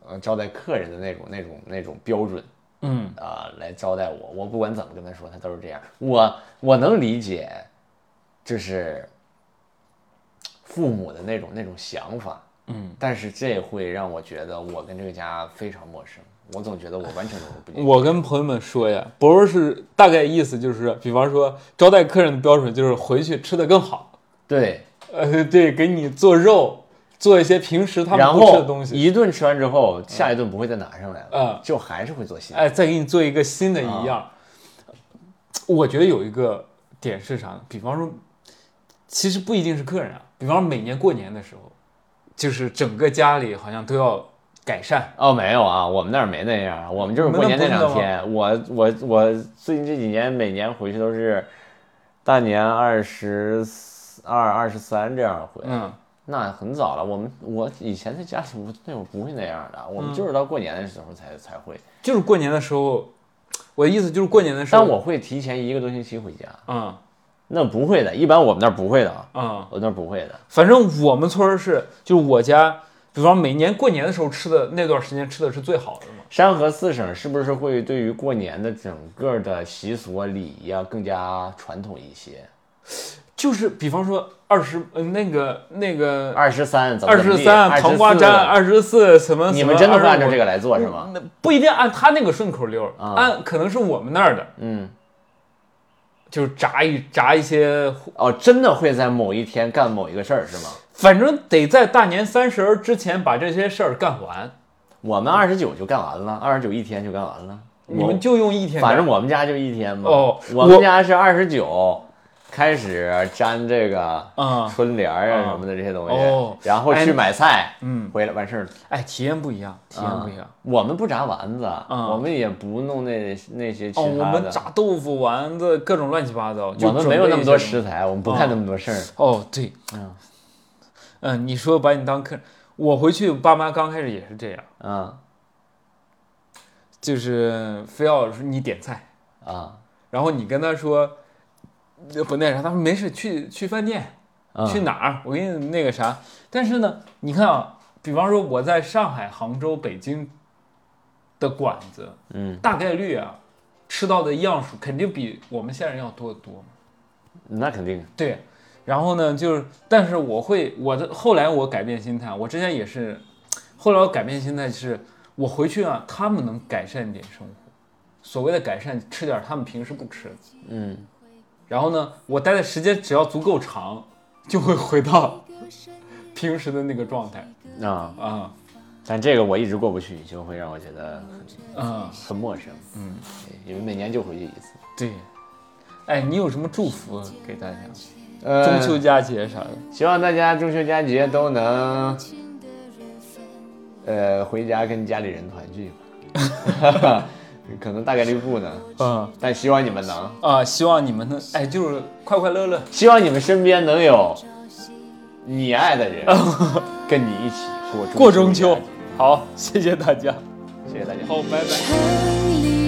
[SPEAKER 2] 呃，招待客人的那种那种那种标准，
[SPEAKER 1] 嗯
[SPEAKER 2] 啊、来招待我。我不管怎么跟他说，他都是这样。我我能理解，就是父母的那种那种想法，
[SPEAKER 1] 嗯，
[SPEAKER 2] 但是这会让我觉得我跟这个家非常陌生。我总觉得我完全融入 不进去。
[SPEAKER 1] 我跟朋友们说呀，博士是大概意思就是，比方说招待客人的标准就是回去吃的更好，
[SPEAKER 2] 对，
[SPEAKER 1] 呃，对，给你做肉，做一些平时他
[SPEAKER 2] 然
[SPEAKER 1] 们不吃的
[SPEAKER 2] 后
[SPEAKER 1] 东西，
[SPEAKER 2] 一顿吃完之后，下一顿不会再拿上来了，
[SPEAKER 1] 嗯
[SPEAKER 2] 就还是会做新的。
[SPEAKER 1] 哎，再给你做一个新的一样。我觉得有一个点是啥呢？比方说，其实不一定是客人啊，比方说每年过年的时候，就是整个家里好像都要改善。
[SPEAKER 2] 哦，没有啊，我们那儿没那样，我们就是过年那两天。我我我最近这几年每年回去都是大年二十二、二十三这样回，
[SPEAKER 1] 嗯，
[SPEAKER 2] 那很早了。我们我以前在家里不那会儿不会那样的，我们就是到过年的时候才才会。
[SPEAKER 1] 嗯就是过年的时候，我的意思就是过年的时候，
[SPEAKER 2] 但我会提前一个多星期回家，
[SPEAKER 1] 嗯
[SPEAKER 2] 那不会的，一般我们那儿不会的啊，
[SPEAKER 1] 嗯，
[SPEAKER 2] 我那儿不会的。
[SPEAKER 1] 反正我们村儿是，就是我家，比方每年过年的时候吃的那段时间吃的是最好的嘛。
[SPEAKER 2] 山河四省是不是会对于过年的整个的习俗啊、礼仪啊更加传统一些？
[SPEAKER 1] 就是比方说二十，呃，那个那个
[SPEAKER 2] 二十三怎么
[SPEAKER 1] 二
[SPEAKER 2] 怎么
[SPEAKER 1] 十
[SPEAKER 2] 地
[SPEAKER 1] 三糖瓜
[SPEAKER 2] 24
[SPEAKER 1] 粘，二十四什么？
[SPEAKER 2] 你们真的会按照这
[SPEAKER 1] 个？
[SPEAKER 2] 个来做是吗？
[SPEAKER 1] 那不一定按他那个顺口溜儿，
[SPEAKER 2] 啊
[SPEAKER 1] 按可能是我们那儿的，
[SPEAKER 2] 嗯，
[SPEAKER 1] 就是炸一炸一些，
[SPEAKER 2] 哦，真的会在某一天干某一个事儿是吗？
[SPEAKER 1] 反正得在大年三十儿之前把这些事儿干完。
[SPEAKER 2] 哦我们二十九就干完了，二十九一天就干完了。
[SPEAKER 1] 你
[SPEAKER 2] 我
[SPEAKER 1] 们就用一天干，
[SPEAKER 2] 反正我们家就一天嘛。
[SPEAKER 1] 哦
[SPEAKER 2] 我们
[SPEAKER 1] 我
[SPEAKER 2] 家是二十九开始粘这个
[SPEAKER 1] 嗯
[SPEAKER 2] 春联儿啊
[SPEAKER 1] 嗯
[SPEAKER 2] 什么的这些东西，
[SPEAKER 1] 哦
[SPEAKER 2] 然后
[SPEAKER 1] 哎
[SPEAKER 2] 去买菜，
[SPEAKER 1] 嗯，
[SPEAKER 2] 回来完事儿了。
[SPEAKER 1] 哎，体验不一样，体验不
[SPEAKER 2] 啊
[SPEAKER 1] 一样。
[SPEAKER 2] 我们不炸丸子，
[SPEAKER 1] 嗯
[SPEAKER 2] 我们也不弄那那些其
[SPEAKER 1] 哦，我
[SPEAKER 2] 他
[SPEAKER 1] 们
[SPEAKER 2] 的，
[SPEAKER 1] 炸豆腐、丸子，各种乱七八糟。就
[SPEAKER 2] 我们
[SPEAKER 1] 准
[SPEAKER 2] 没有
[SPEAKER 1] 备
[SPEAKER 2] 那么
[SPEAKER 1] 一
[SPEAKER 2] 多
[SPEAKER 1] 些啊
[SPEAKER 2] 食材，我们不干那么多事儿。
[SPEAKER 1] 哦，对，
[SPEAKER 2] 嗯
[SPEAKER 1] 嗯，你说把你当客人，我回去爸妈刚开始也是这样，
[SPEAKER 2] 嗯
[SPEAKER 1] 就是非要说你点菜，
[SPEAKER 2] 啊
[SPEAKER 1] 然后你跟他说呃不那啥，他说没事，去去饭店，
[SPEAKER 2] 嗯
[SPEAKER 1] 去哪儿？我给你那个啥。但是呢，你看啊，比方说我在上海、杭州、北京的馆子，
[SPEAKER 2] 嗯，
[SPEAKER 1] 大概率啊，吃到的样数肯定比我们现在人要多得多嘛。
[SPEAKER 2] 那肯定。
[SPEAKER 1] 对，然后呢，就是，但是我会，我的后来我改变心态，我之前也是，后来我改变心态是，我回去啊，他们能改善一点生活，所谓的改善，吃点他们平时不吃的，
[SPEAKER 2] 嗯，
[SPEAKER 1] 然后呢，我待的时间只要足够长， 就会回到 平时的那个状态
[SPEAKER 2] 啊、
[SPEAKER 1] 啊，
[SPEAKER 2] 但这个我一直过不去，就会让我觉得很
[SPEAKER 1] 嗯，
[SPEAKER 2] 很陌生。嗯，因为每年就回去一次。
[SPEAKER 1] 对，哎，你有什么祝福给大家？
[SPEAKER 2] 呃
[SPEAKER 1] 中秋佳节啥的，
[SPEAKER 2] 希望大家中秋佳节都能呃，回家跟家里人团聚吧， 可能大概率不能，
[SPEAKER 1] 呃
[SPEAKER 3] 嗯
[SPEAKER 2] 但希望你们能，
[SPEAKER 1] 啊，希望你们能哎，就是快快乐乐。
[SPEAKER 2] 希望你们身边能有你爱的 人跟你一起过
[SPEAKER 1] 过中秋
[SPEAKER 2] 佳节，
[SPEAKER 1] 好，谢谢大家，
[SPEAKER 2] 谢谢大家。
[SPEAKER 1] 好，拜拜。
[SPEAKER 4] 城里。